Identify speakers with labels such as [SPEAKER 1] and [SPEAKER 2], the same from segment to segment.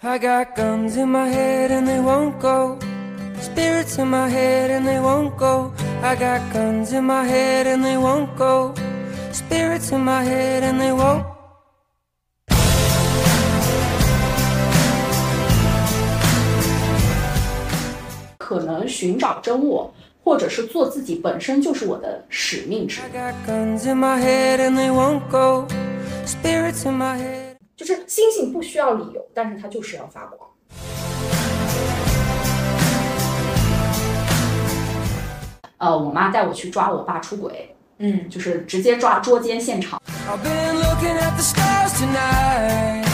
[SPEAKER 1] I got guns in my head and they won't go. Spirits in my head and they won't go. I got guns in my head and they won't go. Spirits in my head and they won't.
[SPEAKER 2] “可能寻找真我”或者是“做自己”本身就是我的使命之
[SPEAKER 1] I
[SPEAKER 2] 一。
[SPEAKER 1] got guns in my head and they won't go. Spirits in my head.
[SPEAKER 3] 就是星星不需要理由，但是它就是要发光。
[SPEAKER 2] 呃，我妈带我去抓我爸出轨，
[SPEAKER 3] 嗯，
[SPEAKER 2] 就是直接抓捉奸现场。
[SPEAKER 1] I've been looking at the stars tonight.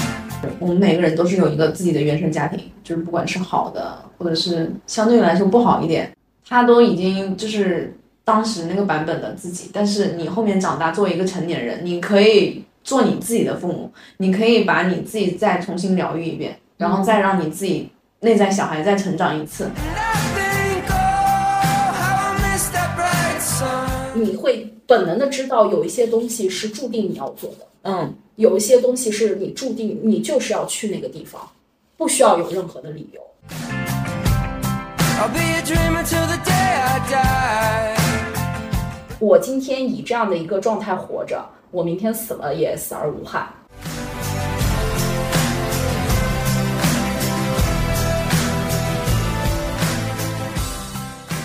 [SPEAKER 4] 我们每个人都是有一个自己的原生家庭，就是不管是好的，或者是相对来说不好一点，他都已经就是当时那个版本的自己。但是你后面长大，作为一个成年人，你可以做你自己的父母，你可以把你自己再重新疗愈一遍，然后再让你自己内在小孩再成长一次。
[SPEAKER 1] And I think, oh, how I miss that bright sun.
[SPEAKER 3] 你会本能的知道有一些东西是注定你要做的，
[SPEAKER 4] 嗯，
[SPEAKER 3] 有一些东西是你注定你就是要去那个地方，不需要有任何的理由。
[SPEAKER 1] I'll be a dreamer till the day I die.
[SPEAKER 3] 我今天以这样的一个状态活着，我明天死了也死而无憾。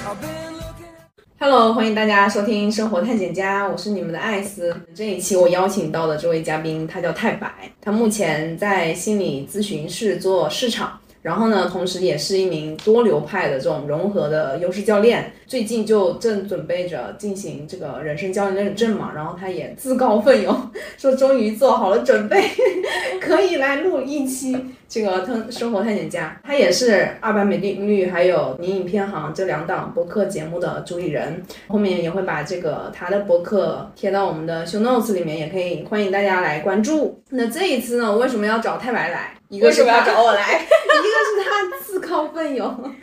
[SPEAKER 1] I've been looking at
[SPEAKER 4] Hello，欢迎大家收听《生活探险家》，我是你们的艾斯。这一期我邀请到的这位嘉宾，他叫太白，他目前在心理咨询室做市场，然后呢，同时也是一名多流派的这种融合的优势教练。最近就正准备着进行这个人生教练认证嘛，然后他也自告奋勇说，终于做好了准备， 可以来录一期这个《生生活探险家》，他也是二百美定律还有你影片行这两档播客节目的主理人，后面也会把这个他的博客贴到我们的 show notes 里面，也可以欢迎大家来关注。那这一次呢，我为什么要找太白来？一个是他
[SPEAKER 3] 我来？
[SPEAKER 4] 一个是他自告奋勇。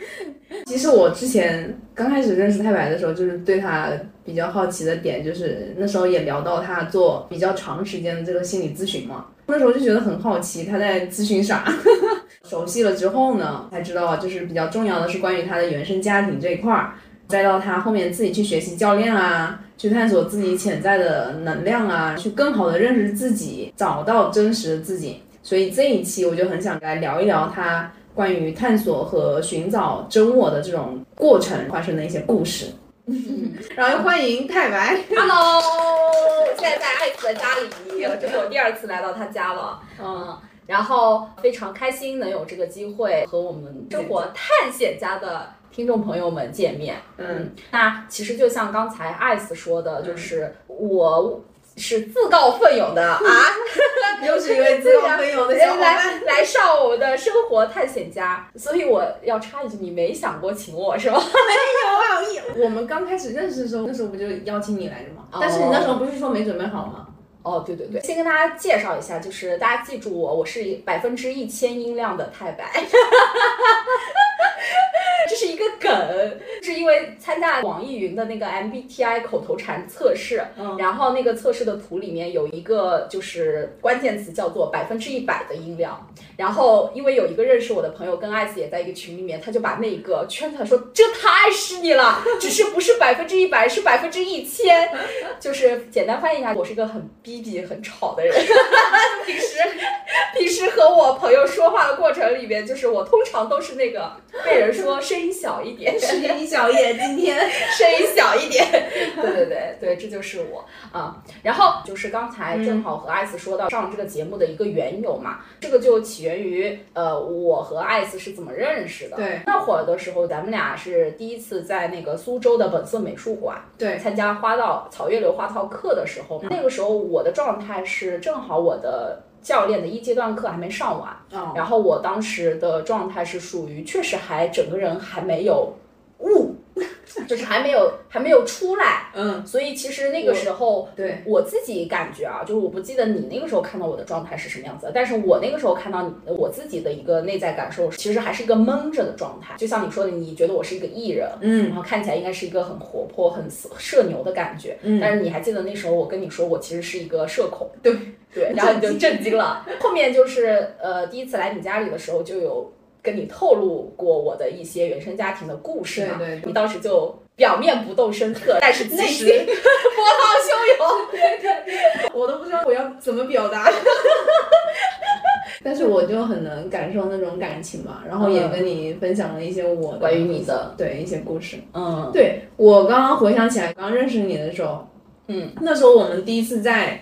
[SPEAKER 4] 其实我之前刚开始认识太白的时候，就是对他比较好奇的点，就是那时候也聊到他做比较长时间的这个心理咨询嘛，那时候就觉得很好奇他在咨询啥。 熟悉了之后呢，才知道就是比较重要的是关于他的原生家庭这一块儿，再到他后面自己去学习教练啊，去探索自己潜在的能量啊，去更好的认识自己，找到真实的自己。所以这一期我就很想来聊一聊他关于探索和寻找真我的这种过程发生的一些故事。然后欢迎太白，
[SPEAKER 5] Hello，现在在爱子的家里，这是我第二次来到他家了，
[SPEAKER 4] 嗯，
[SPEAKER 5] 嗯，然后非常开心能有这个机会和我们生活探险家的听众朋友们见面。
[SPEAKER 4] 嗯，
[SPEAKER 5] 那其实就像刚才艾斯说的，就是我是自告奋 勇的啊，
[SPEAKER 4] 又是一位自啊哎告奋勇的小伙伴。
[SPEAKER 5] 来来上我们的生活探险家，所以我要插一句，你没想过请我是吗？
[SPEAKER 4] 我们刚开始认识的时候，那时候不就邀请你来着吗？
[SPEAKER 5] 哦
[SPEAKER 4] 但是你那时候不是说没准备好吗？
[SPEAKER 5] 哦，对对对，先跟大家介绍一下，就是大家记住我，我是百分之一千音量的太白， 这是一个梗，是因为参加网易云的那个 MBTI 口头禅测试，
[SPEAKER 4] 嗯
[SPEAKER 5] 然后那个测试的图里面有一个就是关键词叫做百分之一百的音量，然后因为有一个认识我的朋友跟艾斯也在一个群里面，他就把那个圈出来说这太是你了，只是不是百分之一百，是百分之一千， 就是简单翻译一下，我是一个很逼逼很吵的人， 平时平时和我朋友说话的过程里面，就是我通常都是那个被人说声音小一点，
[SPEAKER 4] 是你小野今天，
[SPEAKER 5] 声音小一点。对对对对，这就是我啊、然后就是刚才正好和艾斯说到上这个节目的一个缘由嘛，这个就起源于呃我和艾斯是怎么认识的。
[SPEAKER 4] 对
[SPEAKER 5] 那会儿的时候，咱们俩是第一次在那个苏州的本色美术馆
[SPEAKER 4] 对，嗯
[SPEAKER 5] 参加花道草月流花道课的时候，那个时候我的状态是正好我的教练的一阶段课还没上完。
[SPEAKER 4] 哦，
[SPEAKER 5] 然后我当时的状态是属于确实还整个人还没有悟， 就是还没有还没有出来，
[SPEAKER 4] 嗯，
[SPEAKER 5] 所以其实那个时候。
[SPEAKER 4] 对，
[SPEAKER 5] 我自己感觉啊，就是我不记得你那个时候看到我的状态是什么样子的，但是我那个时候看到你我自己的一个内在感受，其实还是一个闷着的状态。就像你说的，你觉得我是一个艺人，然
[SPEAKER 4] 嗯，
[SPEAKER 5] 后看起来应该是一个很活泼、很社社牛的感觉，
[SPEAKER 4] 嗯
[SPEAKER 5] 但是你还记得那时候我跟你说，我其实是一个社恐，
[SPEAKER 4] 对
[SPEAKER 5] 对，然后你就震惊了。后面就是呃，第一次来你家里的时候就有跟你透露过我的一些原生家庭的故事嘛，
[SPEAKER 4] 对对对
[SPEAKER 5] 你当时就表面不动声 色，但是其
[SPEAKER 4] 内
[SPEAKER 5] 实
[SPEAKER 4] 心
[SPEAKER 5] 波涛汹涌。
[SPEAKER 4] 我都不知道我要怎么 表达。但是我就很能感受那种感情嘛，然后也跟你分享了一些我的
[SPEAKER 5] 嗯关于你的
[SPEAKER 4] 对一些故事。
[SPEAKER 5] 嗯，
[SPEAKER 4] 对我刚刚回想起来，刚认识你的时候，
[SPEAKER 5] 嗯，
[SPEAKER 4] 那时候我们第一次在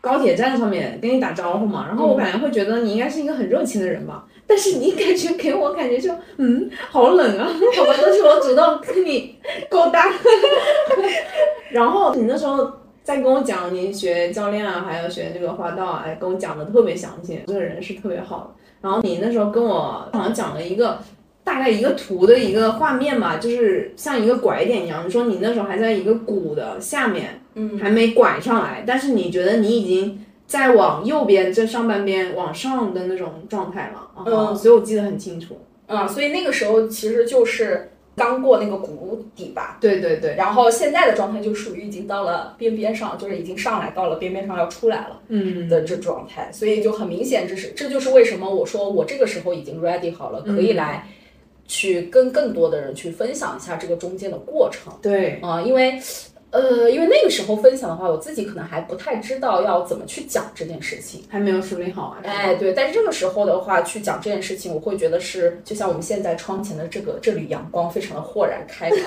[SPEAKER 4] 高铁站上面跟你打招呼嘛，然后我本来会觉得你应该是一个很热情的人吧，但是你感觉给我感觉就嗯好冷啊，好吧，都是我主动跟你勾搭， 然后你那时候。在跟我讲你学教练啊，还有学这个花道啊，哎跟我讲的特别详细，这个人是特别好的。然后你那时候跟我好像讲了一个大概一个图的一个画面嘛，就是像一个拐点一样。你说你那时候还在一个谷的下面，嗯，还没拐上来，但是你觉得你已经在往右边这上半边往上的那种状态了，啊
[SPEAKER 5] 嗯
[SPEAKER 4] 所以我记得很清楚。
[SPEAKER 5] 啊、所以那个时候其实就是刚过那个谷底吧。
[SPEAKER 4] 对对对，
[SPEAKER 5] 然后现在的状态就属于已经到了边边上，就是已经上来到了边边上要出来了
[SPEAKER 4] 嗯
[SPEAKER 5] 的这状态，所以就很明显，这是这就是为什么我说我这个时候已经 ready 好了，可以来去跟更多的人去分享一下这个中间的过程
[SPEAKER 4] 对，
[SPEAKER 5] 啊、因为呃，因为那个时候分享的话，我自己可能还不太知道要怎么去讲这件事情。
[SPEAKER 4] 还没有梳理好啊。
[SPEAKER 5] 哎，对，但是这个时候的话，去讲这件事情，我会觉得是，就像我们现在窗前的这个这缕阳光，非常的豁然开朗。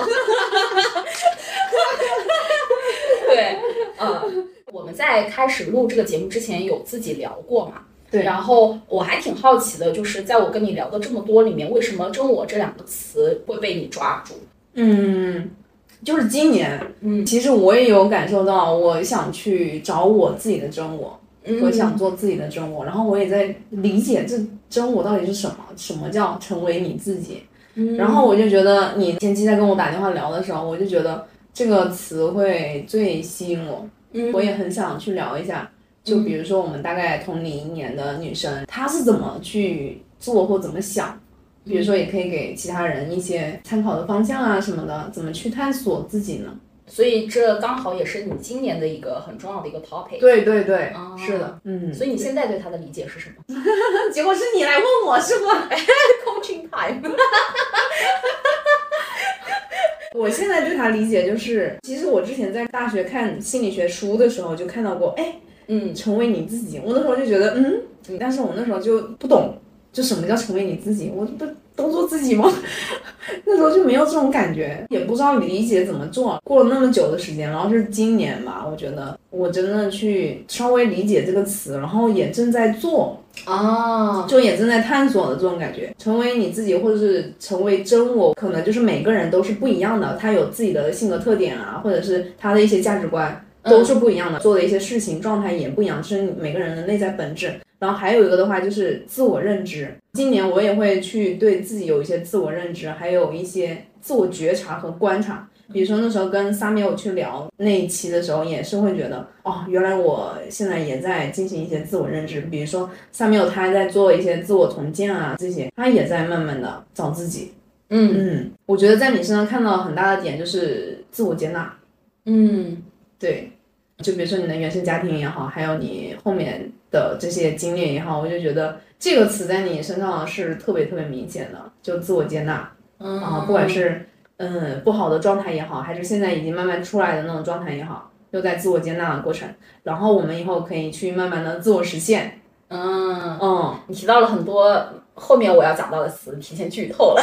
[SPEAKER 5] 对，嗯，我们在开始录这个节目之前，有自己聊过嘛？
[SPEAKER 4] 对
[SPEAKER 5] 然后我还挺好奇的，就是在我跟你聊的这么多里面，为什么“真我”这两个词会被你抓住？
[SPEAKER 4] 嗯，就是今年，
[SPEAKER 5] 嗯，
[SPEAKER 4] 其实我也有感受到，我想去找我自己的真我，
[SPEAKER 5] 嗯
[SPEAKER 4] 我想做自己的真我，然后我也在理解这真我到底是什么，什么叫成为你自己。
[SPEAKER 5] 嗯
[SPEAKER 4] 然后我就觉得你前期在跟我打电话聊的时候，我就觉得这个词汇最吸引我，我也很想去聊一下。就比如说我们大概同龄一年的女生，她是怎么去做或怎么想，比如说也可以给其他人一些参考的方向啊什么的，怎么去探索自己呢？
[SPEAKER 5] 所以这刚好也是你今年的一个很重要的一个 topic。
[SPEAKER 4] 对对对，
[SPEAKER 5] 哦
[SPEAKER 4] 是的，嗯，
[SPEAKER 5] 所以你现在对他的理解是什么
[SPEAKER 4] 结果是你来问我是吗？
[SPEAKER 5] ？Coaching time。
[SPEAKER 4] 我现在对他理解就是，其实我之前在大学看心理学书的时候就看到过，哎，
[SPEAKER 5] 嗯
[SPEAKER 4] 成为你自己。我那时候就觉得，嗯，但是我那时候就不懂，就什么叫成为你自己，我不都做自己吗？ 那时候就没有这种感觉，也不知道理解怎么做。过了那么久的时间，然后是今年吧，我觉得我真的去稍微理解这个词，然后也正在做，
[SPEAKER 5] 啊，
[SPEAKER 4] 就也正在探索的这种感觉，成为你自己，或者是成为真我，可能就是每个人都是不一样的，他有自己的性格特点啊，或者是他的一些价值观都是不一样的，做的一些事情状态也不一样，是每个人的内在本质。然后还有一个的话就是自我认知，今年我也会去对自己有一些自我认知，还有一些自我觉察和观察。比如说那时候跟萨米尔去聊那一期的时候，也是会觉得哦，原来我现在也在进行一些自我认知。比如说萨米尔他在做一些自我重建啊，这些他也在慢慢的找自己。
[SPEAKER 5] 嗯
[SPEAKER 4] 嗯，我觉得在你身上看到很大的点就是自我接纳。
[SPEAKER 5] 嗯
[SPEAKER 4] 对，就比如说你的原生家庭也好，还有你后面的这些经历也好，我就觉得这个词在你身上是特别特别明显的，就自我接纳。
[SPEAKER 5] 嗯
[SPEAKER 4] 啊，不管是嗯不好的状态也好，还是现在已经慢慢出来的那种状态也好，又在自我接纳的过程，然后我们以后可以去慢慢的自我实现。
[SPEAKER 5] 嗯，
[SPEAKER 4] 嗯，
[SPEAKER 5] 你提到了很多后面我要讲到的词，提前剧透了。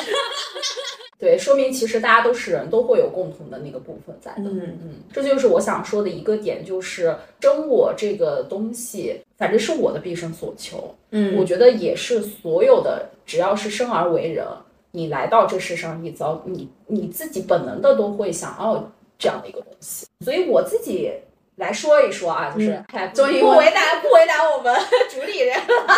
[SPEAKER 5] 对，说明其实大家都是人，都会有共同的那个部分在的。
[SPEAKER 4] 嗯
[SPEAKER 5] 嗯，这就是我想说的一个点，就是真我这个东西，反正是我的毕生所求。
[SPEAKER 4] 嗯
[SPEAKER 5] 我觉得也是所有的，只要是生而为人，你来到这世上一遭，你你自己本能的都会想要这样的一个东西。所以我自己来说一说啊，就是、哎
[SPEAKER 4] 终于
[SPEAKER 5] 不
[SPEAKER 4] 我
[SPEAKER 5] 为难不为难我们主理人了。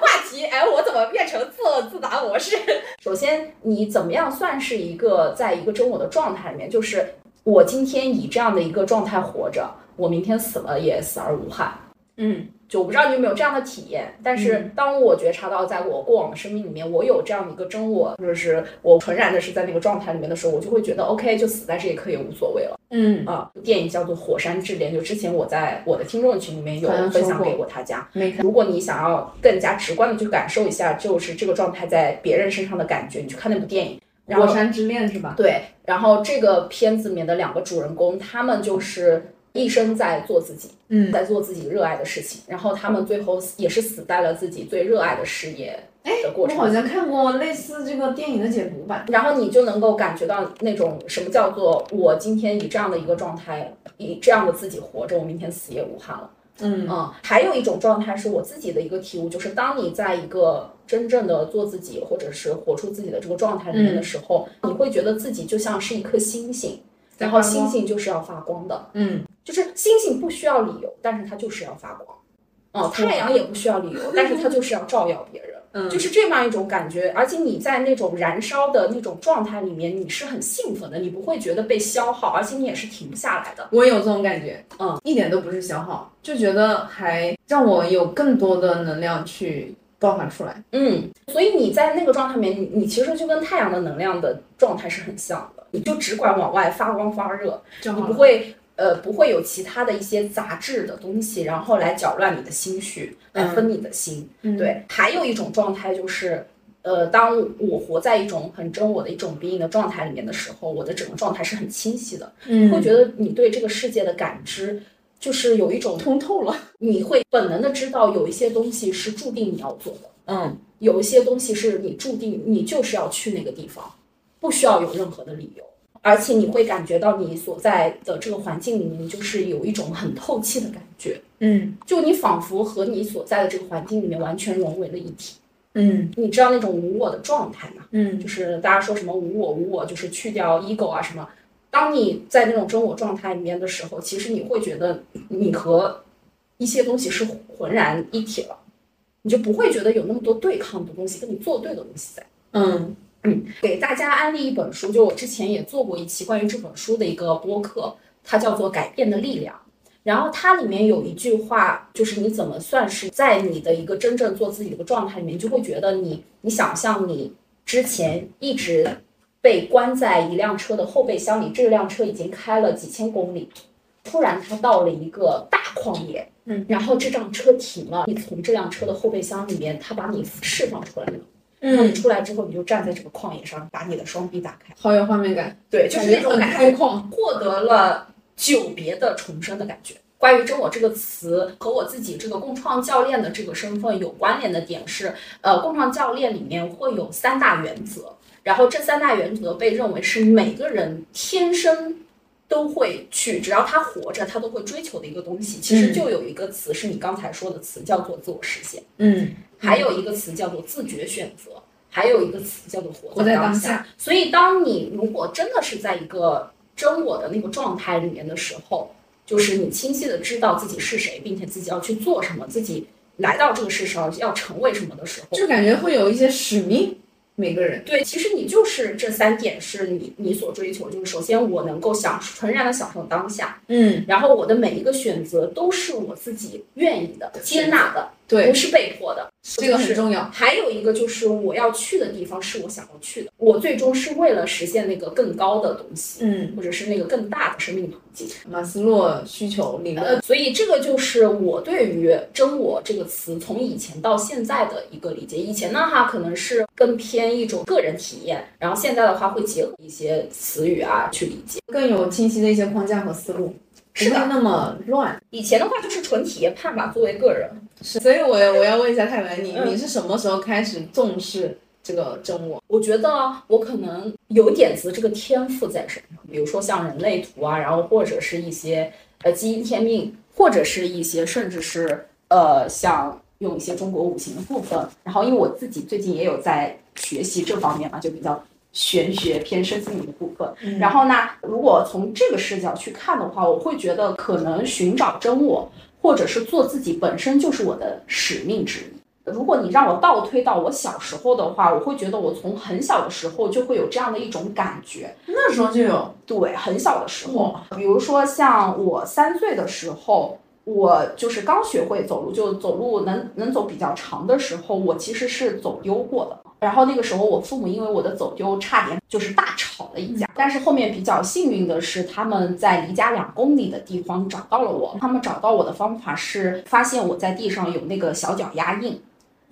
[SPEAKER 5] 话题，哎，我怎么变成自问自答模式？ 首先，你怎么样算是一个在一个真我的状态里面？就是我今天以这样的一个状态活着，我明天死了也死而无憾。
[SPEAKER 4] 嗯
[SPEAKER 5] 就我不知道你有没有这样的体验，但
[SPEAKER 6] 嗯
[SPEAKER 5] 是当我觉察到，在我过往的生命里面，我有这样的一个真我，或者是我纯然的是在那个状态里面的时候，我就会觉得 OK，就死在这一刻也无所谓了
[SPEAKER 6] 嗯，
[SPEAKER 5] 啊。电影叫做《火山之恋》，就之前我在我的听众群里面有
[SPEAKER 6] 好像说
[SPEAKER 5] 分享
[SPEAKER 6] 过
[SPEAKER 5] 给过大家。
[SPEAKER 6] 没看，
[SPEAKER 5] 如果你想要更加直观的去感受一下，就是这个状态在别人身上的感觉，你去看那部电影。然后
[SPEAKER 4] 火山之恋是吧？
[SPEAKER 5] 对，然后这个片子里面的两个主人公，他们就是一生在做自己，
[SPEAKER 4] 嗯
[SPEAKER 5] 在做自己热爱的事情，然后他们最后也是死在了自己最热爱的事业的过
[SPEAKER 4] 哎我
[SPEAKER 5] 程。
[SPEAKER 4] 好像看过类似这个电影的解读吧。
[SPEAKER 5] 然后你就能够感觉到那种什么叫做我今天以这样的一个状态，以这样的自己活着，我明天死也无憾了。
[SPEAKER 4] 嗯
[SPEAKER 5] 嗯，还有一种状态是我自己的一个体悟，就是当你在一个真正的做自己，或者是活出自己的这个状态里面
[SPEAKER 4] 嗯
[SPEAKER 5] 的时候，你会觉得自己就像是一颗星星，
[SPEAKER 4] 在
[SPEAKER 5] 然
[SPEAKER 4] 发
[SPEAKER 5] 后
[SPEAKER 4] 光
[SPEAKER 5] 星星就是要发光的，
[SPEAKER 4] 嗯，
[SPEAKER 5] 就是星星不需要理由，但是它就是要发光。哦，太阳也不需要理由，但是它就是要照耀别人，
[SPEAKER 4] 嗯
[SPEAKER 5] 就是这样一种感觉。而且你在那种燃烧的那种状态里面，你是很兴奋的，你不会觉得被消耗，而且你也是停不下来的。
[SPEAKER 4] 我也有这种感觉，
[SPEAKER 5] 嗯，
[SPEAKER 4] 一点都不是消耗，就觉得还让我有更多的能量去爆发出来。
[SPEAKER 5] 嗯，所以你在那个状态里面，你你其实就跟太阳的能量的状态是很像的，你就只管往外发光发热，
[SPEAKER 4] 就
[SPEAKER 5] 你
[SPEAKER 4] 好
[SPEAKER 5] 不
[SPEAKER 4] 了。
[SPEAKER 5] 会呃不会有其他的一些杂质的东西，然后来搅乱你的心绪，来分你的心。
[SPEAKER 4] 嗯
[SPEAKER 5] 对，还有一种状态就是。呃，当我活在一种很真我的一种 being 的状态里面的时候，我的整个状态是很清晰的，
[SPEAKER 4] 嗯
[SPEAKER 5] 会觉得你对这个世界的感知就是有一种，
[SPEAKER 4] 通透了。
[SPEAKER 5] 你会本能的知道有一些东西是注定你要做的，
[SPEAKER 4] 嗯
[SPEAKER 5] 有一些东西是你注定你就是要去那个地方，不需要有任何的理由，而且你会感觉到你所在的这个环境里面就是有一种很透气的感觉，
[SPEAKER 4] 嗯
[SPEAKER 5] 就你仿佛和你所在的这个环境里面完全融为了一体。
[SPEAKER 4] 嗯
[SPEAKER 5] 你知道那种无我的状态吗？
[SPEAKER 4] 嗯
[SPEAKER 5] 就是大家说什么无我无我，就是去掉 ego 啊什么。当你在那种真我状态里面的时候，其实你会觉得你和一些东西是浑然一体了，你就不会觉得有那么多对抗的东西跟你作对的东西在。
[SPEAKER 4] 嗯
[SPEAKER 5] 给大家安利一本书，就我之前也做过一期关于这本书的一个播客，它叫做《改变的力量》。然后它里面有一句话，就是你怎么算是在你的一个真正做自己的一个状态里面，你就会觉得你，你想象你之前一直被关在一辆车的后备箱里，这辆车已经开了几千公里，突然它到了一个大旷野，
[SPEAKER 4] 嗯，
[SPEAKER 5] 然后这辆车停了，你从这辆车的后备箱里面，它把你释放出来了。那你
[SPEAKER 4] 嗯，
[SPEAKER 5] 出来之后，你就站在这个旷野上，把你的双臂打开，
[SPEAKER 4] 好有画面感，
[SPEAKER 5] 对，就是那种
[SPEAKER 4] 很
[SPEAKER 5] 感
[SPEAKER 4] 开
[SPEAKER 5] 觉，
[SPEAKER 4] 旷。
[SPEAKER 5] 获得了久别的重生的感觉。关于“真我”这个词和我自己这个共创教练的这个身份有关联的点是，呃，共创教练里面会有三大原则，然后这三大原则被认为是每个人天生都会去，只要他活着，他都会追求的一个东西。其实
[SPEAKER 4] 嗯
[SPEAKER 5] 就有一个词是你刚才说的词，叫做自我实现。
[SPEAKER 4] 嗯
[SPEAKER 5] 还有一个词叫做自觉选择，还有一个词叫做活
[SPEAKER 4] 活在
[SPEAKER 5] 当
[SPEAKER 4] 当
[SPEAKER 5] 下
[SPEAKER 4] 下。
[SPEAKER 5] 所以，当你如果真的是在一个真我的那个状态里面的时候，就是你清晰的知道自己是谁，并且自己要去做什么，自己来到这个世上要成为什么的时候，
[SPEAKER 4] 就感觉会有一些使命，每个人。
[SPEAKER 5] 对，其实你就是这三点是你你所追求，就是首先我能够享受纯然的享受当下，
[SPEAKER 4] 嗯，
[SPEAKER 5] 然后我的每一个选择都是我自己愿意的、接纳的，
[SPEAKER 4] 对
[SPEAKER 5] 不，是被迫的。
[SPEAKER 4] 这个很重要。
[SPEAKER 5] 啊还有一个就是我要去的地方是我想要去的，我最终是为了实现那个更高的东西，
[SPEAKER 4] 嗯，
[SPEAKER 5] 或者是那个更大的生命途径。
[SPEAKER 4] 马斯洛需求理论。
[SPEAKER 5] 呃，所以这个就是我对于“真我”这个词从以前到现在的一个理解。以前呢，哈可能是更偏一种个人体验，然后现在的话会结合一些词语啊去理解。
[SPEAKER 4] 更有清晰的一些框架和思路，
[SPEAKER 5] 是的
[SPEAKER 4] 不会那么乱。
[SPEAKER 5] 以前的话就是纯体验派吧，作为个人，
[SPEAKER 4] 是，所以我我要问一下泰文，你
[SPEAKER 5] 嗯
[SPEAKER 4] 你是什么时候开始重视这个真我？
[SPEAKER 5] 我觉得我可能有点子这个天赋在身上，比如说像人类图啊，然后或者是一些呃基因天命，或者是一些甚至是呃像用一些中国五行的部分。然后因为我自己最近也有在学习这方面嘛，就比较玄学偏身心灵的部分。然后呢，如果从这个视角去看的话，我会觉得可能寻找真我，或者是做自己本身就是我的使命之一。如果你让我倒推到我小时候的话，我会觉得我从很小的时候就会有这样的一种感觉，
[SPEAKER 4] 那时候就有，
[SPEAKER 5] 对，很小的时候，比如说像我三岁的时候，我就是刚学会走路，就走路能能走比较长的时候，我其实是走丢过的。然后那个时候，我父母因为我的走丢，差点就是大吵了一架。但是后面比较幸运的是，他们在离家两公里的地方找到了我。他们找到我的方法是，发现我在地上有那个小脚丫印，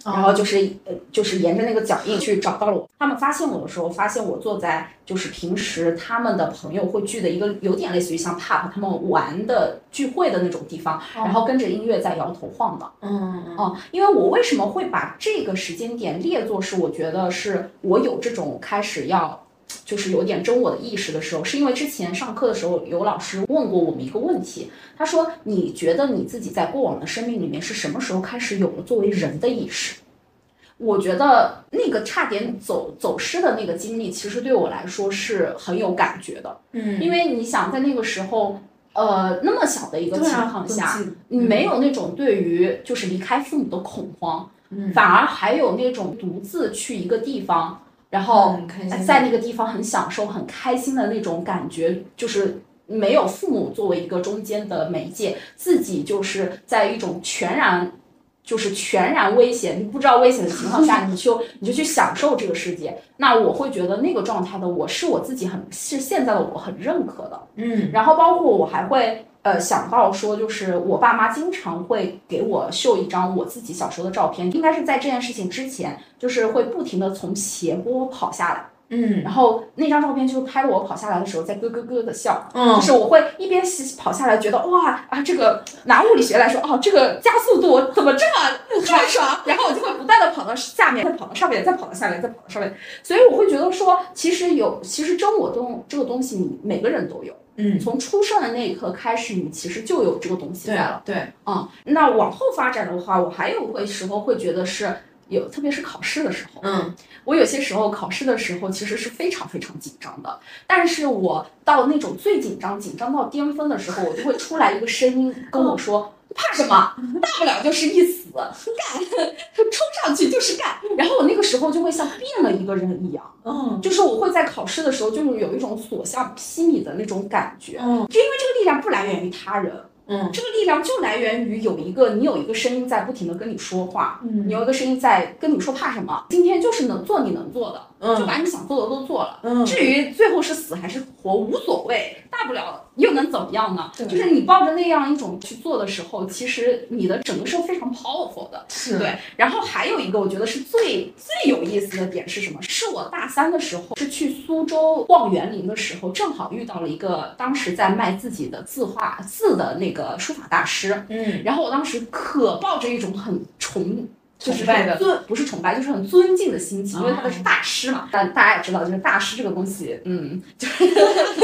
[SPEAKER 5] 然后就是呃，就是沿着那个脚印去找到了我。他们发现我的时候，发现我坐在就是平时他们的朋友会聚的一个有点类似于像 pub 他们玩的聚会的那种地方，然后跟着音乐在摇头晃脑。
[SPEAKER 4] 嗯，
[SPEAKER 5] 哦，因为我为什么会把这个时间点列作是，我觉得是我有这种开始要，就是有点真我的意识的时候，是因为之前上课的时候有老师问过我们一个问题，他说你觉得你自己在过往的生命里面是什么时候开始有了作为人的意识？我觉得那个差点走走失的那个经历，其实对我来说是很有感觉的，
[SPEAKER 4] 嗯
[SPEAKER 5] 因为你想在那个时候，呃，那么小的一个
[SPEAKER 4] 啊
[SPEAKER 5] 情况下，你没有那种对于就是离开父母的恐慌，
[SPEAKER 4] 嗯
[SPEAKER 5] 反而还有那种独自去一个地方，然后
[SPEAKER 4] 哦很开心的
[SPEAKER 5] 在那个地方很享受、很开心的那种感觉，就是没有父母作为一个中间的媒介，自己就是在一种全然。就是全然危险，你不知道危险的情况下，你就你就去享受这个世界。那我会觉得那个状态的我是我自己很是现在的我很认可的，
[SPEAKER 4] 嗯
[SPEAKER 5] 然后包括我还会呃想到说，就是我爸妈经常会给我秀一张我自己小时候的照片，应该是在这件事情之前，就是会不停的从斜坡跑下来，
[SPEAKER 4] 嗯
[SPEAKER 5] 然后那张照片就是拍我跑下来的时候在咯咯咯的笑。就
[SPEAKER 4] 嗯
[SPEAKER 5] 是我会一边跑下来，觉得哇啊，这个拿物理学来说，哦，这个加速度怎么这么这么爽？然后我就会不断的跑到下面，再跑到上面，再跑到下面，再跑到上面。所以我会觉得说，其实有，其实真我东这个东西，你每个人都有。
[SPEAKER 4] 嗯，
[SPEAKER 5] 从出生的那一刻开始，你其实就有这个东西在
[SPEAKER 4] 对
[SPEAKER 5] 了。
[SPEAKER 4] 对，
[SPEAKER 5] 嗯，那往后发展的话，我还有会时候会觉得是有，特别是考试的时候，
[SPEAKER 4] 嗯
[SPEAKER 5] 我有些时候考试的时候其实是非常非常紧张的，但是我到那种最紧张、紧张到巅峰的时候，我就会出来一个声音跟我说。怕什么？大不了就是一死，干， 冲上去就是干。然后我那个时候就会像变了一个人一样，
[SPEAKER 4] 嗯
[SPEAKER 5] 就是我会在考试的时候，就是有一种所向披靡的那种感觉。
[SPEAKER 4] 嗯
[SPEAKER 5] 哦就因为这个力量不来源于他人，
[SPEAKER 4] 嗯
[SPEAKER 5] 这个力量就来源于有一个你有一个声音在不停的跟你说话，
[SPEAKER 4] 嗯
[SPEAKER 5] 你有一个声音在跟你说怕什么，今天就是能做你能做的，就
[SPEAKER 4] 嗯
[SPEAKER 5] 把你想做的都做了。
[SPEAKER 4] 嗯
[SPEAKER 5] 至于最后是死还是活无所谓，大不了又能怎么样呢？
[SPEAKER 4] 对
[SPEAKER 5] 就是你抱着那样一种去做的时候，其实你的整个是非常 powerful 的。
[SPEAKER 4] 是
[SPEAKER 5] 对，然后还有一个我觉得是最最有意思的点是什么？是我大三的时候，是去苏州逛园林的时候，正好遇到了一个当时在卖自己的字画字的那个书法大师，
[SPEAKER 4] 嗯
[SPEAKER 5] 然后我当时可抱着一种很崇。就是
[SPEAKER 4] 崇拜
[SPEAKER 5] 很
[SPEAKER 4] 的啊
[SPEAKER 5] 尊不是崇拜，就是很尊敬的心情，因为他的是大师嘛。但大家也知道，就是大师这个东西，嗯，就是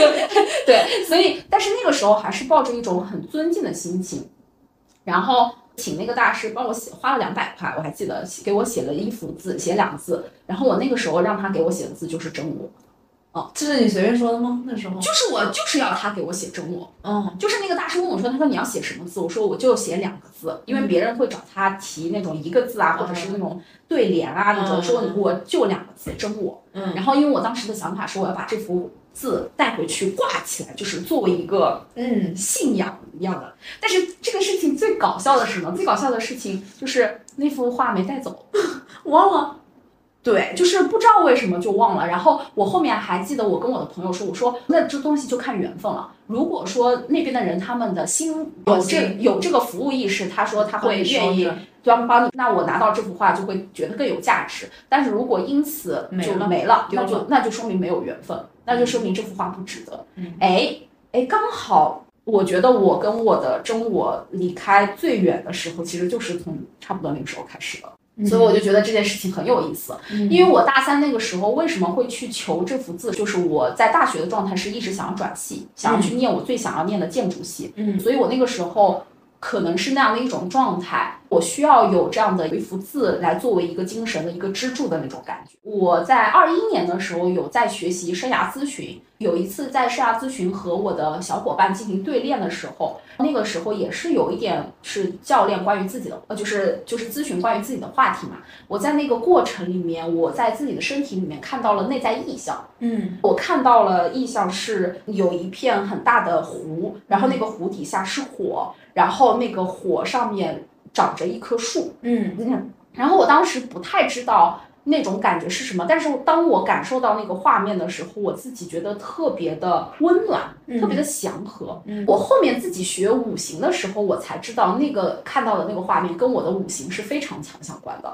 [SPEAKER 5] 对，所以但是那个时候还是抱着一种很尊敬的心情，然后请那个大师帮我写，花了两百块，我还记得给我写了一幅字，写两个字。然后我那个时候让他给我写的字就是真我，
[SPEAKER 4] 这是你随便说的吗？那时候
[SPEAKER 5] 就是我就是要他给我写真我，
[SPEAKER 4] 嗯
[SPEAKER 5] 就是那个大师问我说，他说你要写什么字？我说我就写两个字，
[SPEAKER 4] 嗯
[SPEAKER 5] 因为别人会找他提那种一个字啊，或者是那种对联啊那种，我说
[SPEAKER 4] 嗯
[SPEAKER 5] 我就两个字真我。
[SPEAKER 4] 嗯
[SPEAKER 5] 然后因为我当时的想法是我要把这幅字带回去挂起来，就是作为一个
[SPEAKER 4] 嗯
[SPEAKER 5] 信仰一样的。但是这个事情最搞笑的是什么？最搞笑的事情就是那幅画没带走，
[SPEAKER 4] 忘了
[SPEAKER 5] 对，就是不知道为什么就忘了。然后我后面还记得，我跟我的朋友说，我说那这东西就看缘分了。如果说那边的人他们的心有这有这个服务意识，他说他会愿意专帮你，那我拿到这幅画就会觉得更有价值。但是如果因此就
[SPEAKER 4] 没了
[SPEAKER 5] 没了，
[SPEAKER 4] 丢
[SPEAKER 5] 那
[SPEAKER 4] 了
[SPEAKER 5] 就那就说明没有缘分，那就说明这幅画不值得
[SPEAKER 4] 嗯。
[SPEAKER 5] 哎哎，刚好我觉得我跟我的真我离开最远的时候，其实就是从差不多那个时候开始的，所以我就觉得这件事情很有意思。因为我大三那个时候为什么会去求这幅字，就是我在大学的状态是一直想要转系，想要去念我最想要念的建筑系，
[SPEAKER 4] 嗯
[SPEAKER 5] 所以我那个时候可能是那样的一种状态。我需要有这样的一幅字来作为一个精神的一个支柱的那种感觉。我在二一年的时候有在学习生涯咨询，有一次在生涯咨询和我的小伙伴进行对练的时候，那个时候也是有一点是教练关于自己的，呃，就是就是咨询关于自己的话题嘛。我在那个过程里面，我在自己的身体里面看到了内在意象，
[SPEAKER 7] 嗯，
[SPEAKER 5] 我看到了意象是有一片很大的湖，然后那个湖底下是火，然后那个火上面长着一棵树，
[SPEAKER 7] 嗯
[SPEAKER 5] 嗯，然后我当时不太知道那种感觉是什么，但是当我感受到那个画面的时候，我自己觉得特别的温暖，特别的祥和。
[SPEAKER 7] 嗯
[SPEAKER 5] 我后面自己学五行的时候，我才知道那个看到的那个画面跟我的五行是非常强相关的。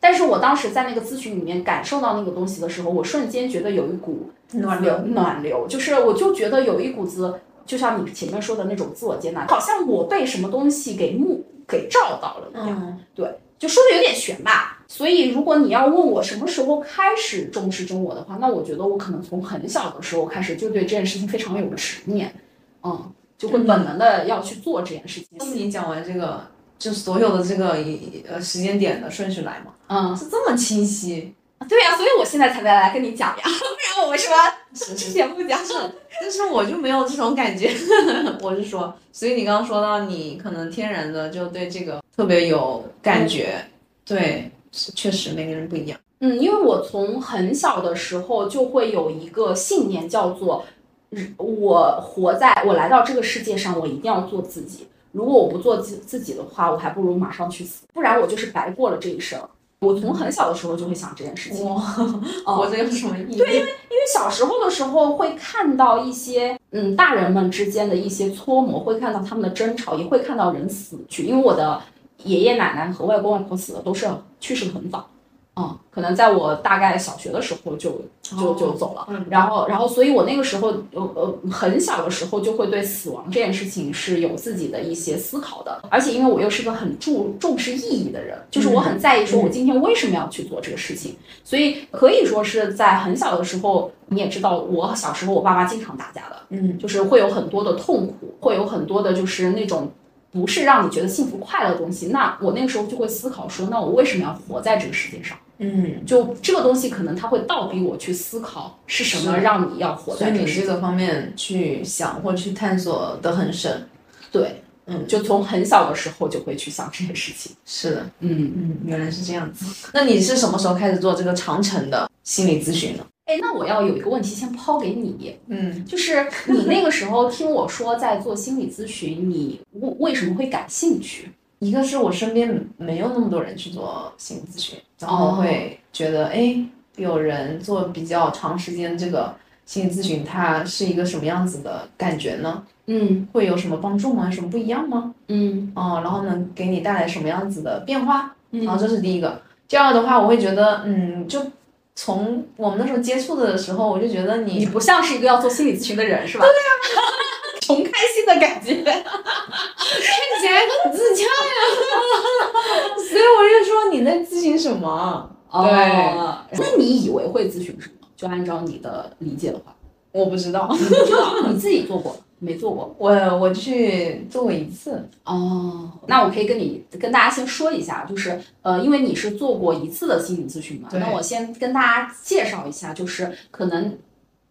[SPEAKER 5] 但是我当时在那个咨询里面感受到那个东西的时候，我瞬间觉得有一股
[SPEAKER 4] 嗯
[SPEAKER 7] 暖流
[SPEAKER 5] 暖流，就是我就觉得有一股子，就像你前面说的那种自我接纳，好像我被什么东西给目给照到了一样。
[SPEAKER 7] 嗯
[SPEAKER 5] 就说的有点悬吧。所以，如果你要问我什么时候开始重视中国的话，那我觉得我可能从很小的时候开始就对这件事情非常有执念，嗯，就会本能的要去做这件事情。
[SPEAKER 4] 你讲完这个，就所有的这个呃时间点的顺序来嘛，
[SPEAKER 5] 嗯，
[SPEAKER 4] 是这么清晰。
[SPEAKER 5] 对呀、所以我现在才来跟你讲呀， 不然我为什么之前不讲？
[SPEAKER 4] 但是我就没有这种感觉，我是说，所以你刚刚说到你可能天然的就对这个特别有感觉，对，是确实每个人不一样。
[SPEAKER 5] 嗯，因为我从很小的时候就会有一个信念，叫做嗯我活在我来到这个世界上，我一定要做自己。如果我不做自自己的话，我还不如马上去死，不然我就是白过了这一生。我从很小的时候就会想这件事情，
[SPEAKER 4] 哇，
[SPEAKER 5] 哦
[SPEAKER 4] 我这有什么意义？对，
[SPEAKER 5] 因为小时候的时候会看到一些嗯大人们之间的一些搓磨，会看到他们的争吵，也会看到人死去。因为我的爷爷奶奶和外公外婆死的都是去世得很早，嗯，可能在我大概小学的时候就就就走了。
[SPEAKER 4] 嗯
[SPEAKER 5] 然后，然后，所以我那个时候，呃呃，很小的时候就会对死亡这件事情是有自己的一些思考的，而且因为我又是个很注重视意义的人，就是我很在意说我今天为什么要去做这个事情，所以可以说是在很小的时候，你也知道，我小时候我爸妈经常打架的，
[SPEAKER 7] 嗯，
[SPEAKER 5] 就是会有很多的痛苦，会有很多的就是那种不是让你觉得幸福快乐的东西。那我那个时候就会思考说，那我为什么要活在这个世界上？
[SPEAKER 7] 嗯，
[SPEAKER 5] 就这个东西可能它会倒逼我去思考是什么
[SPEAKER 4] 是
[SPEAKER 5] 让你要活
[SPEAKER 4] 所
[SPEAKER 5] 在
[SPEAKER 4] 以
[SPEAKER 5] 这
[SPEAKER 4] 你
[SPEAKER 5] 个世
[SPEAKER 4] 这
[SPEAKER 5] 界。
[SPEAKER 4] 个方面去想或去探索的很深，
[SPEAKER 5] 对，
[SPEAKER 4] 嗯，
[SPEAKER 5] 就从很小的时候就会去想这件事情。
[SPEAKER 4] 是的，
[SPEAKER 5] 嗯，
[SPEAKER 4] 嗯，原来是这样子。那你是什么时候开始做这个长城的心理咨询呢？
[SPEAKER 5] 哎，那我要有一个问题先抛给你，
[SPEAKER 4] 嗯，
[SPEAKER 5] 就是你那个时候听我说在做心理咨询，你为为什么会感兴趣？
[SPEAKER 4] 一个是我身边没有那么多人去做心理咨询，然后会觉得，哎、有人做比较长时间这个心理咨询，它是一个什么样子的感觉呢？
[SPEAKER 5] 嗯
[SPEAKER 4] 会有什么帮助吗？有什么不一样吗？
[SPEAKER 5] 嗯
[SPEAKER 4] 哦，然后能给你带来什么样子的变化？
[SPEAKER 5] 嗯
[SPEAKER 4] 然后这是第一个。第二个的话，我会觉得，嗯，就从我们那时候接触的时候，我就觉得
[SPEAKER 5] 你
[SPEAKER 4] 你
[SPEAKER 5] 不像是一个要做心理咨询的人，是吧？对呀、穷开心的感觉。
[SPEAKER 4] 看起来很自洽呀， 所以我就说你在咨询什么？啊
[SPEAKER 5] 哦，那你以为会咨询什么？就按照你的理解的话，
[SPEAKER 4] 我不知道，
[SPEAKER 5] 你不知道你自己做过没做过？
[SPEAKER 4] 我我去做过一次，
[SPEAKER 5] 哦，那我可以跟你跟大家先说一下，就是呃，因为你是做过一次的心理咨询嘛，
[SPEAKER 4] 对
[SPEAKER 5] 那我先跟大家介绍一下，就是可能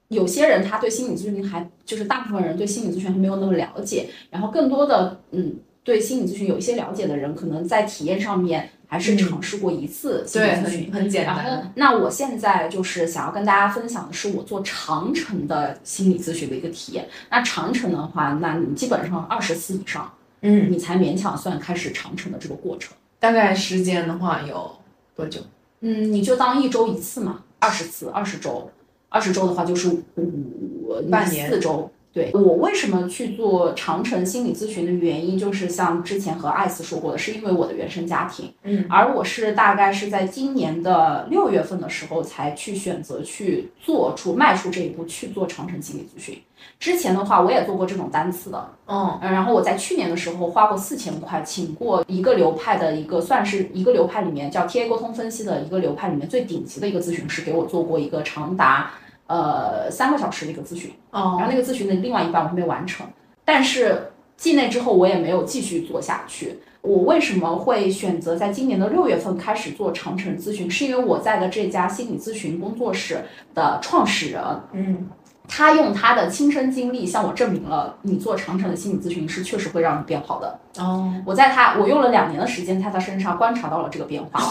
[SPEAKER 5] 有些人他对心理咨询还就是大部分人对心理咨询还没有那么了解，然后更多的嗯对心理咨询有一些了解的人，可能在体验上面还是
[SPEAKER 4] 嗯
[SPEAKER 5] 尝试过一次心理咨询。
[SPEAKER 4] 很简
[SPEAKER 5] 然后，那我现在就是想要跟大家分享的是我做长城的心理咨询的一个体验。那长城的话，那你基本上二十次以上，
[SPEAKER 4] 嗯，
[SPEAKER 5] 你才勉强算开始长程的这个过程。
[SPEAKER 4] 大概时间的话有多久？
[SPEAKER 5] 嗯，你就当一周一次嘛，二十次，二十周，二十周的话就是五
[SPEAKER 4] 半年
[SPEAKER 5] 四周。对我为什么去做长城心理咨询的原因，就是像之前和艾斯说过的，是因为我的原生家庭，
[SPEAKER 4] 嗯
[SPEAKER 5] 而我是大概是在今年的六月份的时候才去选择去做出迈出这一步去做长城心理咨询。之前的话，我也做过这种单次的，
[SPEAKER 4] 哦，
[SPEAKER 5] 嗯，然后我在去年的时候花过四千块，请过一个流派的一个算是一个流派里面叫 TA 沟通分析的一个流派里面最顶级的一个咨询师，给我做过一个长达呃三个小时的一个咨询。
[SPEAKER 4] 哦
[SPEAKER 5] 然后那个咨询的另外一半我还没完成，但是进内之后我也没有继续做下去。我为什么会选择在今年的六月份开始做长城咨询，是因为我在的这家心理咨询工作室的创始人，
[SPEAKER 3] 嗯，
[SPEAKER 5] 他用他的亲身经历向我证明了，你做长城的心理咨询师确实会让你变好的。
[SPEAKER 3] 哦，
[SPEAKER 5] 我在他，我用了两年的时间，在他身上观察到了这个变化。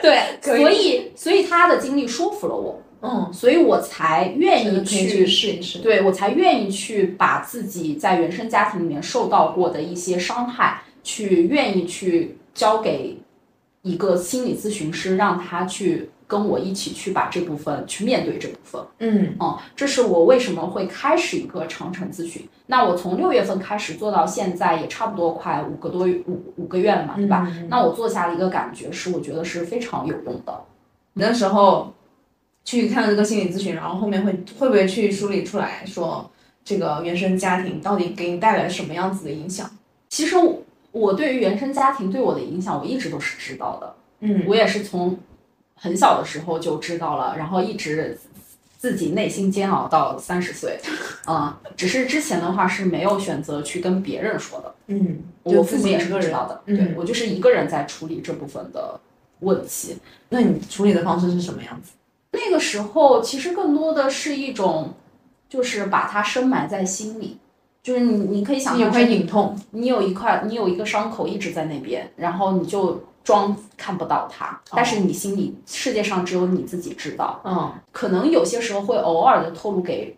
[SPEAKER 5] 对，
[SPEAKER 3] 可以
[SPEAKER 5] 所以所以他的经历说服了我，
[SPEAKER 3] 嗯，
[SPEAKER 5] 所以我才愿
[SPEAKER 3] 可
[SPEAKER 5] 意
[SPEAKER 3] 以去试一试。
[SPEAKER 5] 对我才愿意去把自己在原生家庭里面受到过的一些伤害，去愿意去交给一个心理咨询师，让他去跟我一起去把这部分去面对这部分。
[SPEAKER 3] 嗯，
[SPEAKER 5] 嗯，这是我为什么会开始一个长程咨询。那我从六月份开始做到现在，也差不多快五个多五五个月了嘛，对吧？
[SPEAKER 4] 嗯
[SPEAKER 5] 那我做下了一个感觉是，我觉得是非常有用的。
[SPEAKER 4] 你那时候去看这个心理咨询，然后后面会会不会去梳理出来说这个原生家庭到底给你带来了什么样子的影响？
[SPEAKER 5] 其实我我对于原生家庭对我的影响，我一直都是知道的。
[SPEAKER 4] 嗯
[SPEAKER 5] 我也是从很小的时候就知道了，然后一直自己内心煎熬到三十岁，嗯，只是之前的话是没有选择去跟别人说的，
[SPEAKER 4] 嗯，
[SPEAKER 5] 我
[SPEAKER 4] 就
[SPEAKER 5] 父
[SPEAKER 4] 自
[SPEAKER 5] 母
[SPEAKER 4] 己
[SPEAKER 5] 也
[SPEAKER 4] 一
[SPEAKER 5] 是
[SPEAKER 4] 个
[SPEAKER 5] 不知
[SPEAKER 4] 人。
[SPEAKER 5] 道的，
[SPEAKER 4] 嗯
[SPEAKER 5] 对我就是一个人在处理这部分的问题。
[SPEAKER 4] 那你处理的方式是什么样子？
[SPEAKER 5] 那个时候其实更多的是一种，就是把它深埋在心里，就是你你可以想
[SPEAKER 4] 有
[SPEAKER 5] 象
[SPEAKER 4] 块
[SPEAKER 5] 成
[SPEAKER 4] 隐痛，
[SPEAKER 5] 你有一块，你有一个伤口一直在那边，然后你就装看不到它，但是你心里世界上只有你自己知道。
[SPEAKER 4] 嗯
[SPEAKER 5] 可能有些时候会偶尔的透露给